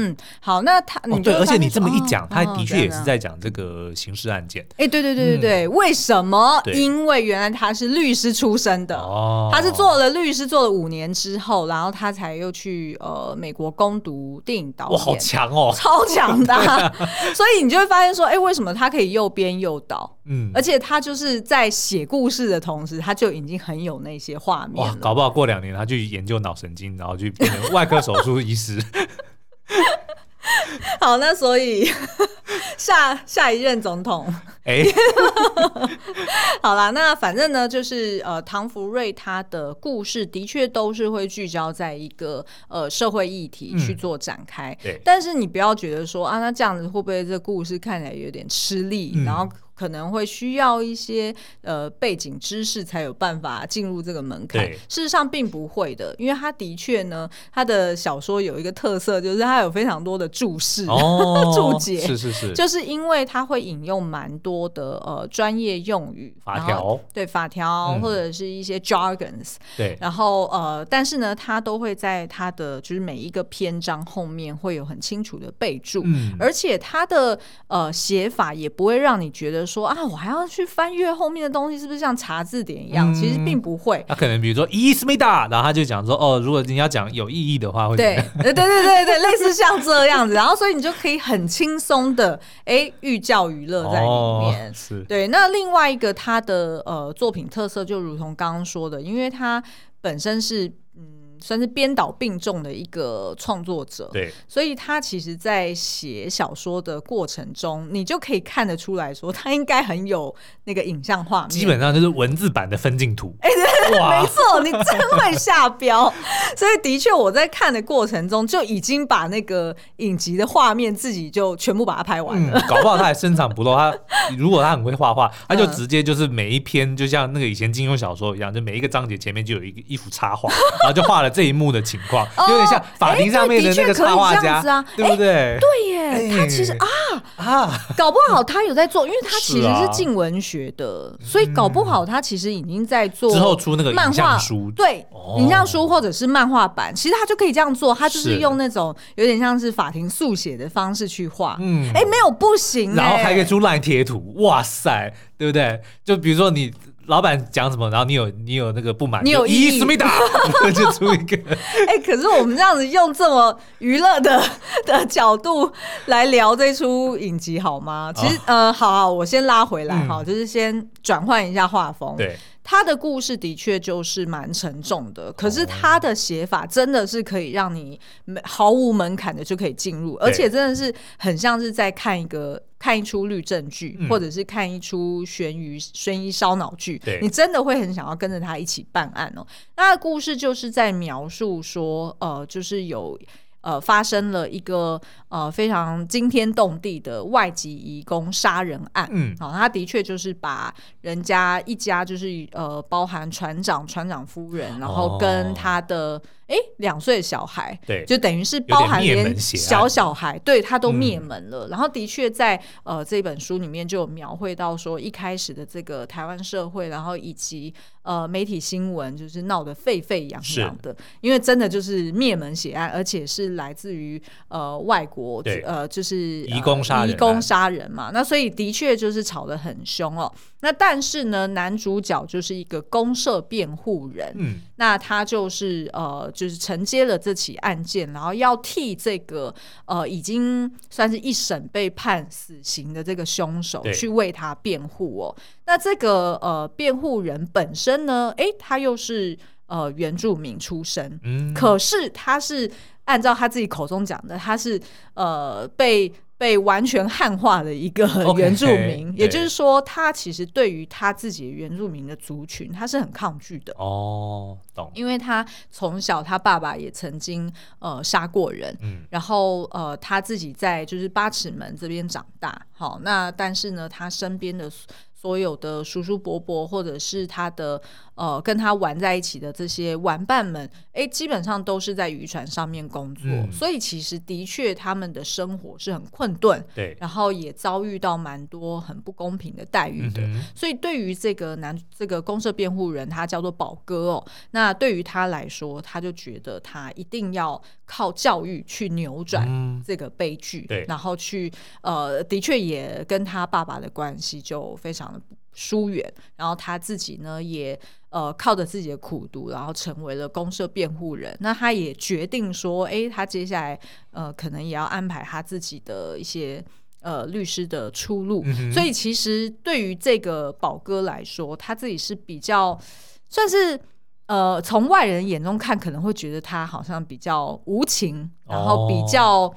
Speaker 1: 嗯嗯，好，那他
Speaker 2: 哦
Speaker 1: 你就
Speaker 2: 对，
Speaker 1: 会
Speaker 2: 而
Speaker 1: 发
Speaker 2: 且
Speaker 1: 现
Speaker 2: 你这么一
Speaker 1: 说
Speaker 2: 讲，
Speaker 1: 哦
Speaker 2: 他
Speaker 1: 哦
Speaker 2: 的确
Speaker 1: 对
Speaker 2: 也是
Speaker 1: 啊
Speaker 2: 在讲这个刑事案件。
Speaker 1: 哎，对对对对对，为什么？
Speaker 2: 对
Speaker 1: 因为原来他是律师出身的，
Speaker 2: 哦，
Speaker 1: 啊他是做了律师做了五年之后，然后他才又去呃美国攻读电影导
Speaker 2: 哇，好
Speaker 1: 演，
Speaker 2: 强哦。
Speaker 1: 超强的啊、 所以你就会发现说，哎，为什么他可以又编又导？
Speaker 2: 嗯
Speaker 1: 而，且他就是在写故事的同时，他就已经很有那些画面
Speaker 2: 哇，
Speaker 1: 了。
Speaker 2: 搞不好过两年他去研究脑神经，然后去变成外科手术 医师。
Speaker 1: 好，那所以 下下一任总统，
Speaker 2: 哎，
Speaker 1: 好啦，那反正呢，就是呃，唐福瑞他的故事的确都是会聚焦在一个呃社会议题
Speaker 2: 嗯
Speaker 1: 去做展开，
Speaker 2: 对
Speaker 1: 但是你不要觉得说啊，那这样子会不会这故事看起来有点吃力，
Speaker 2: 嗯
Speaker 1: 然后可能会需要一些呃背景知识才有办法进入这个门槛
Speaker 2: 对。
Speaker 1: 事实上并不会的，因为他的确呢，他的小说有一个特色，就是他有非常多的注释。
Speaker 2: 哦
Speaker 1: 注解
Speaker 2: 是是 是，
Speaker 1: 就是因为他会引用蛮多的呃专业用语、
Speaker 2: 法
Speaker 1: 然后
Speaker 2: 条，
Speaker 1: 对法条、
Speaker 2: 嗯
Speaker 1: 或者是一些 jargons，
Speaker 2: 对，
Speaker 1: 然后呃，但是呢，他都会在他的就是每一个篇章后面会有很清楚的备注。
Speaker 2: 嗯，
Speaker 1: 而且他的呃写法也不会让你觉得说啊，我还要去翻阅后面的东西，是不是像查字典一样？
Speaker 2: 嗯
Speaker 1: 其实并不会。
Speaker 2: 他可能比如说伊思密达，然后他就讲说哦，如果你要讲有意义的话，会怎么
Speaker 1: 对，
Speaker 2: 样
Speaker 1: 呃对 对对对，类似像这样子，然后所以你就可以很轻松的哎寓教于乐在里面。
Speaker 2: 哦、是
Speaker 1: 对，那另外一个他的呃作品特色，就如同刚刚说的，因为他本身是嗯算是编导并重的一个创作者，
Speaker 2: 对，
Speaker 1: 所以他其实在写小说的过程中，你就可以看得出来说他应该很有那个影像画面，
Speaker 2: 基本上就是文字版的分镜图。哎、哇
Speaker 1: 没，错，你真会下标。所以的确，我在看的过程中就已经把那个影集的画面自己就全部把它拍完了。
Speaker 2: 嗯，搞不好他还深藏不露。他如果他很会画画，他就
Speaker 1: 嗯
Speaker 2: 直接就是每一篇，就像那个以前金庸小说一样，就每一个章节前面就有一个一幅插画，然后就画了这一幕的情况，
Speaker 1: 哦
Speaker 2: 有点像法庭上面
Speaker 1: 哎对
Speaker 2: 那
Speaker 1: 的确可以
Speaker 2: 个插画
Speaker 1: 这样
Speaker 2: 家，
Speaker 1: 子啊
Speaker 2: 对不对？
Speaker 1: 对耶，他其实啊。
Speaker 2: 啊，
Speaker 1: 搞不好他有在做，因为他其实
Speaker 2: 哎是啊嗯
Speaker 1: 是进文学的，所以搞不好他其实已经在做
Speaker 2: 之后出那个
Speaker 1: 漫
Speaker 2: 影
Speaker 1: 画
Speaker 2: 像书，
Speaker 1: 对
Speaker 2: 哦，
Speaker 1: 影像书或者是漫画版，其实他就可以这样做，他就是
Speaker 2: 是
Speaker 1: 用那种有点像是法庭速写的方式去画。
Speaker 2: 嗯
Speaker 1: 哎、没有不行、
Speaker 2: 然后
Speaker 1: 哎
Speaker 2: 还可以出烂贴图，哇塞，对不对？就比如说你老板讲什么，然后你有你有那个不满，
Speaker 1: 你有
Speaker 2: 就
Speaker 1: 异议
Speaker 2: 咦思密达， 就出一个，
Speaker 1: 哎、可是我们这样子用这么娱乐的的角度来聊这出影集好吗？其实，呃，好好，我先拉回来
Speaker 2: 哦嗯
Speaker 1: 哈、就是先转换一下画风。，
Speaker 2: 对，
Speaker 1: 他的故事的确就是蛮沉重
Speaker 2: 哦
Speaker 1: 的，可是他的写法真的是可以让你没毫无门槛的就可以进入，而且真的是很像是在看一个。看一出律政剧，
Speaker 2: 嗯
Speaker 1: 或者是看一出悬疑悬疑烧脑剧
Speaker 2: 对，
Speaker 1: 你真的会很想要跟着他一起办案哦。那故事就是在描述说，呃，就是有呃发生了一个呃非常惊天动地的外籍移工杀人案，
Speaker 2: 嗯，
Speaker 1: 好、他的确就是把人家一家就是呃，包含船长、船长夫人，然后跟他的诶两岁小孩，
Speaker 2: 对，
Speaker 1: 就等于是包含
Speaker 2: 有点灭
Speaker 1: 连
Speaker 2: 门血案啊
Speaker 1: 小小孩，对他都
Speaker 2: 嗯
Speaker 1: 灭门了。然后的确在呃这本书里面就有描绘到说，一开始的这个台湾社会，然后以及呃媒体新闻，就是闹得沸沸扬扬的，因为真的就是灭门血案，而且是来自于呃外国
Speaker 2: 对
Speaker 1: 呃就是
Speaker 2: 移工杀人案
Speaker 1: 移工杀人嘛。那所以的确就是吵得很凶哦。那但是呢，男主角就是一个公社辩护人，
Speaker 2: 嗯，
Speaker 1: 那他就是呃，就是承接了这起案件，然后要替这个呃已经算是一审被判死刑的这个凶手
Speaker 2: 对
Speaker 1: 去为他辩护哦。那这个呃辩护人本身呢，诶，他又是呃原住民出身，
Speaker 2: 嗯，
Speaker 1: 可是他是按照他自己口中讲的，他是呃被被完全汉化的一个
Speaker 2: OK，
Speaker 1: 原住民也
Speaker 2: 对
Speaker 1: 就是说，他其实对于他自己的原住民的族群，他是很抗拒的。
Speaker 2: 哦，懂，
Speaker 1: 因为他从小他爸爸也曾经呃杀过人，
Speaker 2: 嗯，
Speaker 1: 然后呃他自己在就是八尺门这边长大，好那但是呢他身边的所所有的叔叔伯伯或者是他的呃跟他玩在一起的这些玩伴们，哎基本上都是在渔船上面工作，
Speaker 2: 嗯
Speaker 1: 所以其实的确他们的生活是很困顿，
Speaker 2: 对，
Speaker 1: 然后也遭遇到蛮多很不公平的待遇
Speaker 2: 嗯
Speaker 1: 的。
Speaker 2: 哼，
Speaker 1: 所以对于这个男这个公社辩护人，他叫做宝哥哦。那对于他来说，他就觉得他一定要靠教育去扭转。
Speaker 2: 嗯，
Speaker 1: 这个悲剧，
Speaker 2: 对
Speaker 1: 然后去呃，的确也跟他爸爸的关系就非常的疏远，然后他自己呢也呃靠着自己的苦读，然后成为了公社辩护人。那他也决定说，诶，他接下来呃可能也要安排他自己的一些呃律师的出路，
Speaker 2: 嗯哼
Speaker 1: 所以其实对于这个宝哥来说，他自己是比较算是呃，从外人眼中看，可能会觉得他好像比较无情，然后比较、
Speaker 2: 哦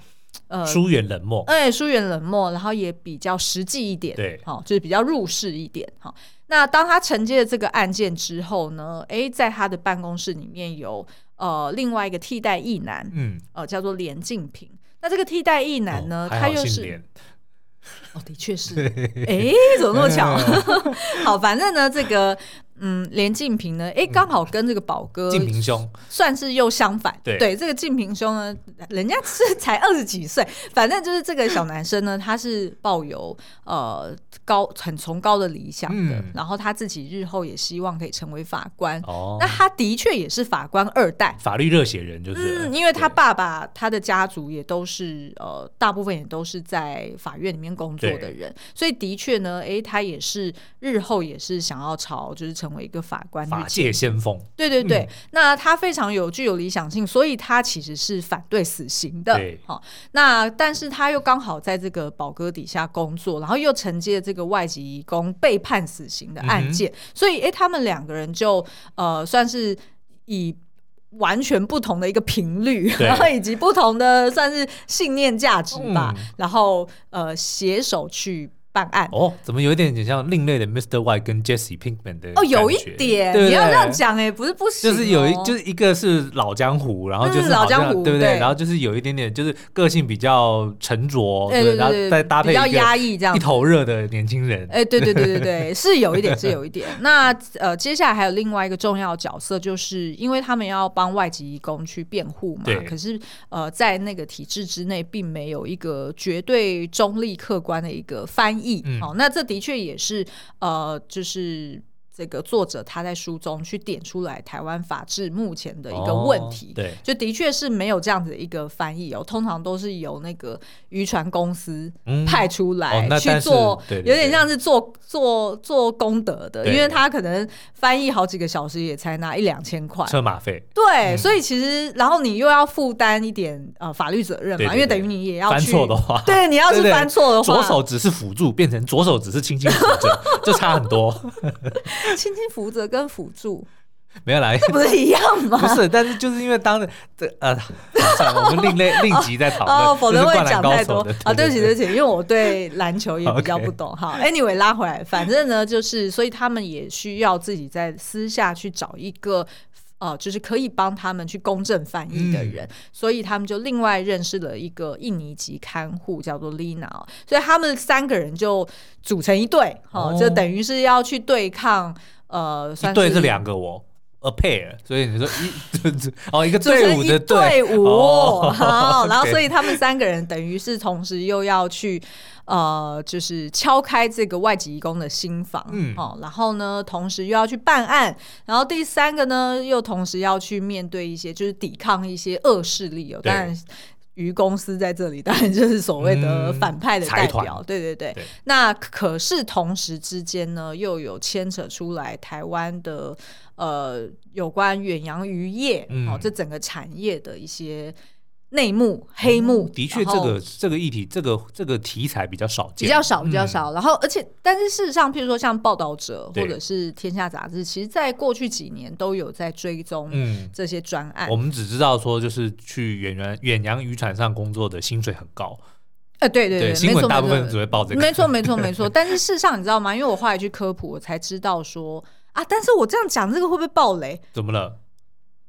Speaker 1: 呃。
Speaker 2: 疏远冷漠，
Speaker 1: 哎，疏远冷漠，然后也比较实际一点，
Speaker 2: 对
Speaker 1: 好、就是比较入世一点，好、那当他承接了这个案件之后呢，哎，在他的办公室里面有呃另外一个替代役男，
Speaker 2: 嗯，
Speaker 1: 呃，叫做连静平。那这个替代役男呢，
Speaker 2: 哦还
Speaker 1: 他
Speaker 2: 好
Speaker 1: 又
Speaker 2: 姓
Speaker 1: 是
Speaker 2: 连
Speaker 1: 哦，的确是。哎、怎么那么 巧？ 好，反正呢，这个嗯，连静平呢，哎、刚好跟这个宝哥
Speaker 2: 静平兄，
Speaker 1: 算是又相反。
Speaker 2: 对
Speaker 1: 这个静平兄呢，人家是才二十几岁， 反正就是这个小男生 呢，他是抱有呃高很崇高的理想的，
Speaker 2: 嗯
Speaker 1: 然后他自己日后也希望可以成为法官。
Speaker 2: 哦
Speaker 1: 那，他的确也是法官二代，
Speaker 2: 法律热血人就是了，
Speaker 1: 嗯，因为他
Speaker 2: 对
Speaker 1: 爸爸他的家族也都是呃，大部分也都是在法院里面工作的人，所以的确呢，诶，他也是日后也是想要朝就是成为一个法官
Speaker 2: 法
Speaker 1: 去
Speaker 2: 界先锋，
Speaker 1: 对对对，
Speaker 2: 嗯
Speaker 1: 那他非常有具有理想性，所以他其实是反对死刑的
Speaker 2: 对。
Speaker 1: 好、那但是他又刚好在这个宝哥底下工作，然后又承接这个外籍移工被判死刑的
Speaker 2: 嗯
Speaker 1: 案件，所以诶，他们两个人就呃算是以。完全不同的一个频率，
Speaker 2: 对
Speaker 1: 然后以及不同的算是信念价值吧，
Speaker 2: 嗯
Speaker 1: 然后呃携手去办案。
Speaker 2: 哦，怎么有一点点像另类的 Mr. Y 跟 Jesse Pinkman 的
Speaker 1: 哦，有一
Speaker 2: 感觉
Speaker 1: 点，
Speaker 2: 对不
Speaker 1: 你要
Speaker 2: 对
Speaker 1: 这样讲哎、不是不行
Speaker 2: 就
Speaker 1: 哦、
Speaker 2: 是有一，就是一个是老江湖，然后就
Speaker 1: 嗯
Speaker 2: 是
Speaker 1: 老
Speaker 2: 好像
Speaker 1: 江湖
Speaker 2: 对不
Speaker 1: 对
Speaker 2: 对？然后就是有一点点，就是个性比较沉着，
Speaker 1: 对对
Speaker 2: 然后
Speaker 1: 对，
Speaker 2: 再搭
Speaker 1: 比
Speaker 2: 配
Speaker 1: 较
Speaker 2: 一个
Speaker 1: 压啊抑这样
Speaker 2: 一
Speaker 1: 子。
Speaker 2: 头热的年轻人，
Speaker 1: 哎、对对对对对，是有一点，是有一点。那呃，接下来还有另外一个重要角色，就是因为他们要帮外籍移工去辩护嘛
Speaker 2: 对，
Speaker 1: 可是呃，在那个体制之内，并没有一个绝对中立客观的一个翻译。
Speaker 2: 嗯
Speaker 1: 好、那这的确也是呃，就是。这个作者他在书中去点出来台湾法治目前的一个问题
Speaker 2: 哦。对，
Speaker 1: 就的确是没有这样子的一个翻译哦，通常都是由那个渔船公司
Speaker 2: 嗯
Speaker 1: 派出来
Speaker 2: 哦那
Speaker 1: 去
Speaker 2: 但是
Speaker 1: 做，
Speaker 2: 对对
Speaker 1: 有点
Speaker 2: 对
Speaker 1: 像是做做做功德的，
Speaker 2: 对
Speaker 1: 因为他可能翻译好几个小时也才拿一两千块，
Speaker 2: 车马费，
Speaker 1: 对，
Speaker 2: 嗯
Speaker 1: 所以其实然后你又要负担一点呃法律责任嘛，
Speaker 2: 对对
Speaker 1: 因为
Speaker 2: 对
Speaker 1: 等于你也要
Speaker 2: 翻
Speaker 1: 去
Speaker 2: 错的话，
Speaker 1: 对，你要是
Speaker 2: 对对
Speaker 1: 翻错的话，
Speaker 2: 左手只是辅助，变成左手只是轻轻扶着，这差很多。
Speaker 1: 轻轻扶着跟辅助，
Speaker 2: 没 有啦，
Speaker 1: 这不是一样 吗？
Speaker 2: 不是，但是就是因为当这呃，算了，我们另类另集再讨论。
Speaker 1: 哦，否
Speaker 2: 这
Speaker 1: 则
Speaker 2: 是
Speaker 1: 会
Speaker 2: 灌篮
Speaker 1: 讲
Speaker 2: 高
Speaker 1: 太
Speaker 2: 手
Speaker 1: 多
Speaker 2: 的
Speaker 1: 啊！对不起，对不起，因为我对篮球也比较
Speaker 2: OK
Speaker 1: 不懂哈。Anyway，拉回来，反正呢，就是所以他们也需要自己在私下去找一个。呃，就是可以帮他们去公正翻译的
Speaker 2: 嗯
Speaker 1: 人，所以他们就另外认识了一个印尼籍看护，叫做 Lina，哦所以他们三个人就组成一队，哦，
Speaker 2: 哦
Speaker 1: 就等于是要去对抗，呃，算
Speaker 2: 一队
Speaker 1: 是
Speaker 2: 是两个我，a pair，所以你说一 这这哦一个
Speaker 1: 组成
Speaker 2: 队伍
Speaker 1: 一
Speaker 2: 的
Speaker 1: 队伍，
Speaker 2: 哦
Speaker 1: 好，然后
Speaker 2: OK
Speaker 1: 所以他们三个人等于是同时又要去呃，就是敲开这个外籍移工的心房，
Speaker 2: 嗯
Speaker 1: 哦，然后呢，同时又要去办案，然后第三个呢，又同时要去面对一些就是抵抗一些恶势力哦，
Speaker 2: 对
Speaker 1: 当然。于公司在这里，当然就是所谓的
Speaker 2: 嗯
Speaker 1: 反派的代
Speaker 2: 财团
Speaker 1: 表，对对对。
Speaker 2: 对
Speaker 1: 那可是同时之间呢，又有牵扯出来台湾的呃有关远洋渔业、
Speaker 2: 嗯
Speaker 1: 哦，这整个产业的一些内幕、黑幕，
Speaker 2: 嗯的确，
Speaker 1: 然
Speaker 2: 这
Speaker 1: 后
Speaker 2: 个这个议题，这个这个题材比较少见，
Speaker 1: 比较少，
Speaker 2: 嗯
Speaker 1: 比较少。然后，而且，但是事实上，譬如说像报道者或
Speaker 2: 对
Speaker 1: 者是天下杂志，其实在过去几年都有在追踪
Speaker 2: 嗯，
Speaker 1: 这些专案
Speaker 2: 我。们只知道说，就是去远洋远洋渔船上工作的薪水很高，
Speaker 1: 呃，对对对，
Speaker 2: 新
Speaker 1: 没
Speaker 2: 闻
Speaker 1: 错
Speaker 2: 大部
Speaker 1: 没
Speaker 2: 分
Speaker 1: 错
Speaker 2: 只会报这个，
Speaker 1: 没错，没错，没错。 但是事实上，你知道吗？因为我后来去科普，我才知道说啊，但是我这样讲这个会不会爆雷？
Speaker 2: 怎么了？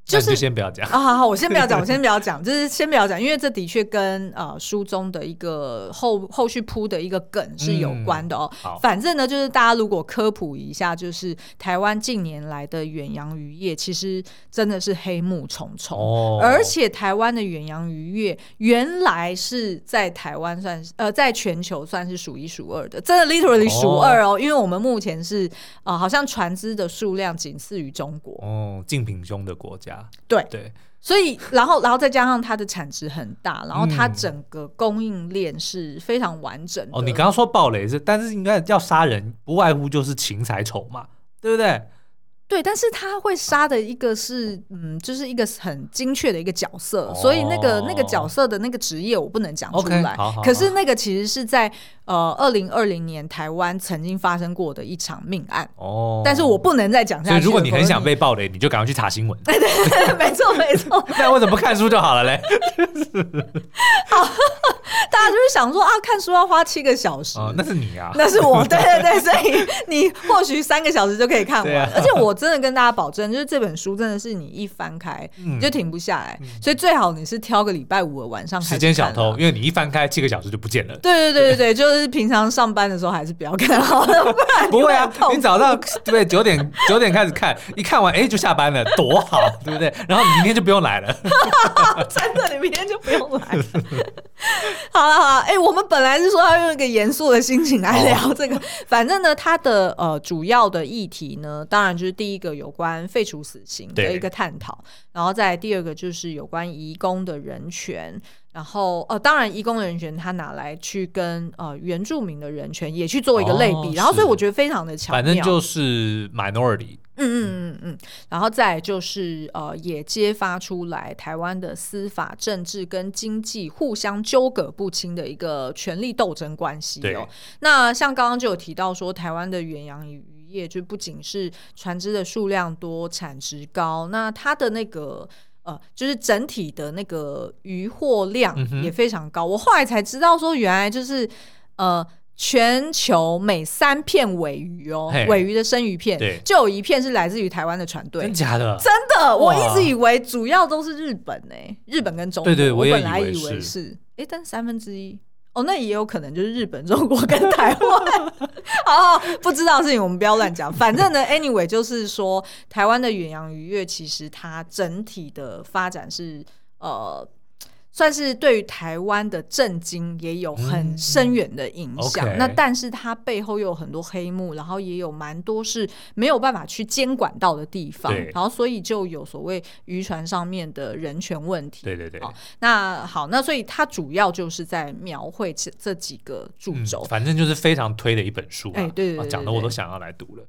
Speaker 1: 就
Speaker 2: 那你
Speaker 1: 是
Speaker 2: 先不要讲，
Speaker 1: 啊，好好，我先不要讲，我先不要讲，就是先不要讲，因为这的确跟呃书中的一个后后续铺的一个梗是有关的哦。
Speaker 2: 嗯好
Speaker 1: 反正呢，就是大家如果科普一下，就是台湾近年来的远洋渔业其实真的是黑幕重重。
Speaker 2: 哦，
Speaker 1: 而且台湾的远洋渔业原来是在台湾算是呃，在全球算是数一数二的，真的 literally 数二哦，因为我们目前是呃，好像船只的数量仅次于中国，
Speaker 2: 哦，竞品中的国家，
Speaker 1: 对
Speaker 2: 对，
Speaker 1: 所以，然后，然后再加上它的产值很大，然后它
Speaker 2: 嗯
Speaker 1: 整个供应链是非常完整的。
Speaker 2: 哦，你刚刚说暴雷是，但是应该要杀人，不外乎就是情财丑嘛，对不对？
Speaker 1: 对，但是它会杀的一个是，嗯，就是一个很精确的一个角色，
Speaker 2: 哦
Speaker 1: 所以那个那个角色的那个职业我不能讲出
Speaker 2: OK，
Speaker 1: 来。
Speaker 2: 好好
Speaker 1: 可是那个其实是在呃二零二零年台湾曾经发生过的一场命案，
Speaker 2: 哦，
Speaker 1: 但是我不能再讲下
Speaker 2: 所
Speaker 1: 去了。
Speaker 2: 以如果你很
Speaker 1: 否则
Speaker 2: 想被暴雷，你就赶快去 查新闻。
Speaker 1: 没错没错，
Speaker 2: 那为什么不看书就好 了嘞？
Speaker 1: 大家就是想说啊，看书要花七个小时，
Speaker 2: 哦，那是你啊，
Speaker 1: 那是 我，对对对，所以你或许三个小时就可以看完。
Speaker 2: 对啊
Speaker 1: 而且我真的跟大家保证，就是这本书真的是你一翻开、
Speaker 2: 嗯
Speaker 1: 你就停不下来，所以最好你是挑个礼拜五的晚上开始
Speaker 2: 时间小
Speaker 1: 看
Speaker 2: 偷，
Speaker 1: 啊。
Speaker 2: 因为你一翻开七个小时就不见了。
Speaker 1: 对对对对对，就是平常上班的时候还是不要看好了，不然
Speaker 2: 不会
Speaker 1: 要
Speaker 2: 啊
Speaker 1: 痛，
Speaker 2: 你 早上对九点九点开始看，一看完哎就下班 了，多好，对不对？然后你明天就不用来了。
Speaker 1: 真的，你明天就不用来了。好了好了，哎、我们本来是说要用一个严肃的心情来
Speaker 2: 啊
Speaker 1: 聊这个，反正呢，它的呃主要的议题呢，当然就是第一个有关废除死刑的
Speaker 2: 对
Speaker 1: 一个探讨，然后再来第二个就是有关移工的人权。然后，呃，当然，移工的人权他拿来去跟呃原住民的人权也去做一个类比，
Speaker 2: 哦
Speaker 1: 然后，所以
Speaker 2: 是
Speaker 1: 我觉得非常的巧妙。
Speaker 2: 反正就是 minority，
Speaker 1: 嗯嗯嗯嗯，然后再来就是呃，也揭发出来台湾的司法、政治跟经济互相纠葛不清的一个权力斗争关系哦
Speaker 2: 对。
Speaker 1: 那像刚刚就有提到说，台湾的远洋渔业就不仅是船只的数量多、产值高，那它的那个。呃，就是整体的那个渔获量
Speaker 2: 嗯哼
Speaker 1: 也非常高。我后来才知道说，原来就是呃，全球每三片尾鱼哦
Speaker 2: 嘿，
Speaker 1: 尾鱼的生鱼片
Speaker 2: 对，
Speaker 1: 就有一片是来自于台湾的船队
Speaker 2: 真。假的？
Speaker 1: 真的，我
Speaker 2: 哇
Speaker 1: 一直以为主要都是日本呢、日本跟中国。
Speaker 2: 对对
Speaker 1: 我
Speaker 2: 我也
Speaker 1: 本来
Speaker 2: 以为
Speaker 1: 为
Speaker 2: 是
Speaker 1: 是，哎，但是三分之一。哦，那也有可能就是日本、中国跟台湾 哦，不知道的事情我们不要 乱讲。反正呢，anyway，就是说台湾的远洋渔业其实它整体的发展是呃算是对于台湾的震惊也有很深远的影响。
Speaker 2: 嗯，OK
Speaker 1: 那但是它背后又有很多黑幕，然后也有蛮多是没有办法去监管到的地方
Speaker 2: 对，
Speaker 1: 然后所以就有所谓渔船上面的人权问题。
Speaker 2: 对对对，
Speaker 1: 好那好，那所以它主要就是在描绘这这几个主
Speaker 2: 嗯
Speaker 1: 轴。，
Speaker 2: 反正就是非常推的一本书啊，
Speaker 1: 哎对对
Speaker 2: 啊
Speaker 1: 对
Speaker 2: 讲的
Speaker 1: 对
Speaker 2: 我都
Speaker 1: 对
Speaker 2: 想要来读了。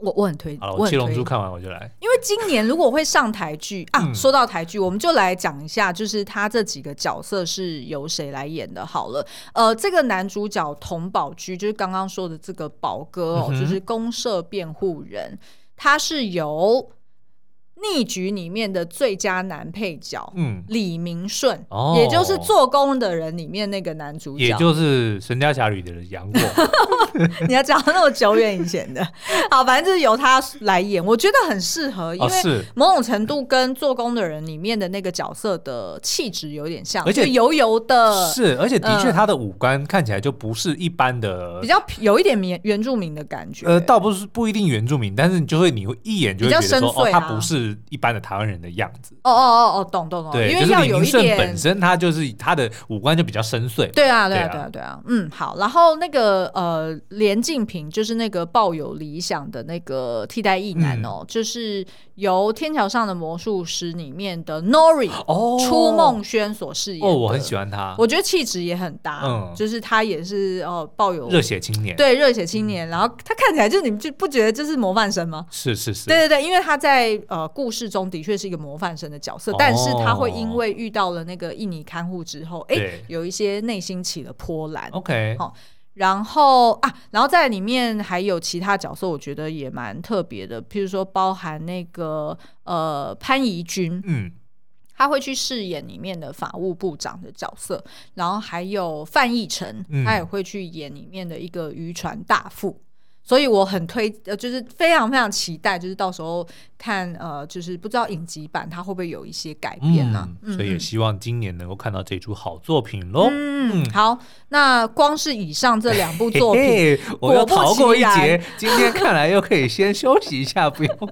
Speaker 1: 我我很推，
Speaker 2: 好了，
Speaker 1: 我
Speaker 2: 我
Speaker 1: 很
Speaker 2: 七龙
Speaker 1: 推
Speaker 2: 珠看完我就来。
Speaker 1: 因为今年如果会上台剧啊，
Speaker 2: 嗯
Speaker 1: 说到台剧，我们就来讲一下，就是他这几个角色是由谁来演的。好了，呃，这个男主角童宝驹，就是刚刚说的这个宝哥哦，
Speaker 2: 嗯哼
Speaker 1: 就是公社辩护人，他是由《逆局》里面的最佳男配角。
Speaker 2: 嗯，
Speaker 1: 李明顺，
Speaker 2: 哦
Speaker 1: 也就是做工的人里面那个男主角，
Speaker 2: 也就是《神雕侠侣》的杨过， 哦
Speaker 1: 你要讲到那么久远以前的， 好，反正就是由他来演，我觉得很适合，因
Speaker 2: 哦
Speaker 1: 为
Speaker 2: 是，
Speaker 1: 某种程度跟做工的人里面的那个角色的气质有点像，
Speaker 2: 而且
Speaker 1: 就油油的，
Speaker 2: 是，而且的确
Speaker 1: 嗯
Speaker 2: 他的五官看起来就不是一般的
Speaker 1: 比，较有一点原原住民的感觉。
Speaker 2: 呃，倒不是不一定原住民，但是你就会你会一眼就会
Speaker 1: 比较
Speaker 2: 觉得说，
Speaker 1: 深
Speaker 2: 哦，
Speaker 1: 邃
Speaker 2: 他
Speaker 1: 啊
Speaker 2: 不是一般的台湾人的样子。
Speaker 1: 哦哦哦哦，懂懂懂，
Speaker 2: 对，
Speaker 1: 因
Speaker 2: 就
Speaker 1: 为
Speaker 2: 是
Speaker 1: 要
Speaker 2: 李
Speaker 1: 有
Speaker 2: 明
Speaker 1: 一
Speaker 2: 顺
Speaker 1: 点
Speaker 2: 本。身他就是他的五官就比较深邃，
Speaker 1: 对啊，对啊，
Speaker 2: 对啊
Speaker 1: 对啊，对啊，嗯，好。然后那个呃，连晋平就是那个抱有理想的那个替代役男
Speaker 2: 嗯
Speaker 1: 哦，就是由《天桥上的魔术师》里面的 Nori
Speaker 2: 哦，
Speaker 1: 初梦轩所饰演的。
Speaker 2: 哦，我很喜欢他，
Speaker 1: 我觉得气质也很搭，
Speaker 2: 嗯
Speaker 1: 就是他也是哦抱有
Speaker 2: 热血嗯青年，，
Speaker 1: 对热血青年，然后他看起来就是你们就不觉得这是模范生吗？
Speaker 2: 是是是，
Speaker 1: 对对对，因为他在呃故事中的确是一个模范生的角色，
Speaker 2: 哦
Speaker 1: 但是他会因为遇到了那个印尼看护之后，哎，
Speaker 2: 对哦
Speaker 1: 有一些内心起了波澜。
Speaker 2: ，OK，
Speaker 1: 好然后啊，然后在里面还有其他角色，我觉得也蛮特别的，譬如说包含那个呃潘怡君，
Speaker 2: 嗯，
Speaker 1: 他会去饰演里面的法务部长的角色，然后还有范逸臣
Speaker 2: 嗯，
Speaker 1: 他也会去演里面的一个渔船大副。所以我很推，呃，就是非常非常期待，就是到时候看，呃，就是不知道影集版它会不会有一些改变啊呢、
Speaker 2: 嗯，所以也希望今年能够看到这出好作品喽。
Speaker 1: 嗯，好，那光是以上这两部 作 品，
Speaker 2: 嘿嘿哎我又
Speaker 1: 果不
Speaker 2: 逃过一
Speaker 1: 其然
Speaker 2: 劫，今天看来又可以先休息一下，不用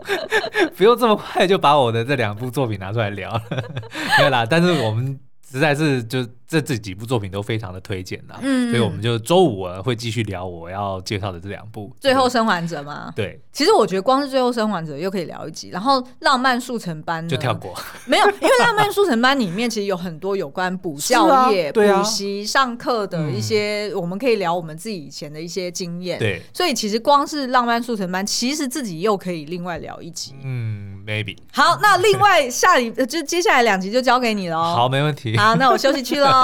Speaker 2: 不用这么快就把我的这两部作品拿出来聊了， 没有啦。但是我们实在是就这这几部作品都非常的推荐啦，
Speaker 1: 嗯
Speaker 2: 所以我们就周五啊会继续聊我要介绍的这两部。
Speaker 1: 最后生还者嘛，
Speaker 2: 对，
Speaker 1: 其实我觉得光是最后生还者又可以聊一集，然后浪漫速成班呢
Speaker 2: 就跳过。
Speaker 1: 没有，因为浪漫速成班里面其实有很多有关补教
Speaker 2: 是
Speaker 1: 业、
Speaker 2: 啊对啊嗯
Speaker 1: 补习、上课的一些，我们可以聊我们自己以前的一些经验。，
Speaker 2: 对，
Speaker 1: 所以其实光是浪漫速成班，其实自己又可以另外聊一集。
Speaker 2: 嗯，maybe，
Speaker 1: 好，那另外下一就接下来两集就交给你喽。
Speaker 2: 好，，没问题。
Speaker 1: 好，那我休息去 喽。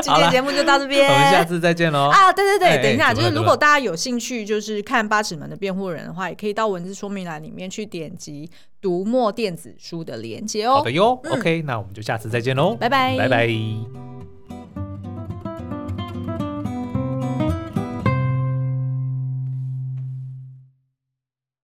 Speaker 1: 今天节目就到这
Speaker 2: 我
Speaker 1: 边，
Speaker 2: 们下次再见喽。
Speaker 1: 啊，对对
Speaker 2: 哎
Speaker 1: 对，
Speaker 2: 哎
Speaker 1: 等一下，
Speaker 2: 怎
Speaker 1: 就
Speaker 2: 么了
Speaker 1: 是如果大家有兴趣，就是看《八尺门的辩护人》的话，也可以到文字说明栏里面去点击读墨电子书的连接哦。
Speaker 2: 好的哟
Speaker 1: 嗯
Speaker 2: ，OK，那我们就下次再见喽，
Speaker 1: 拜拜
Speaker 2: 拜拜。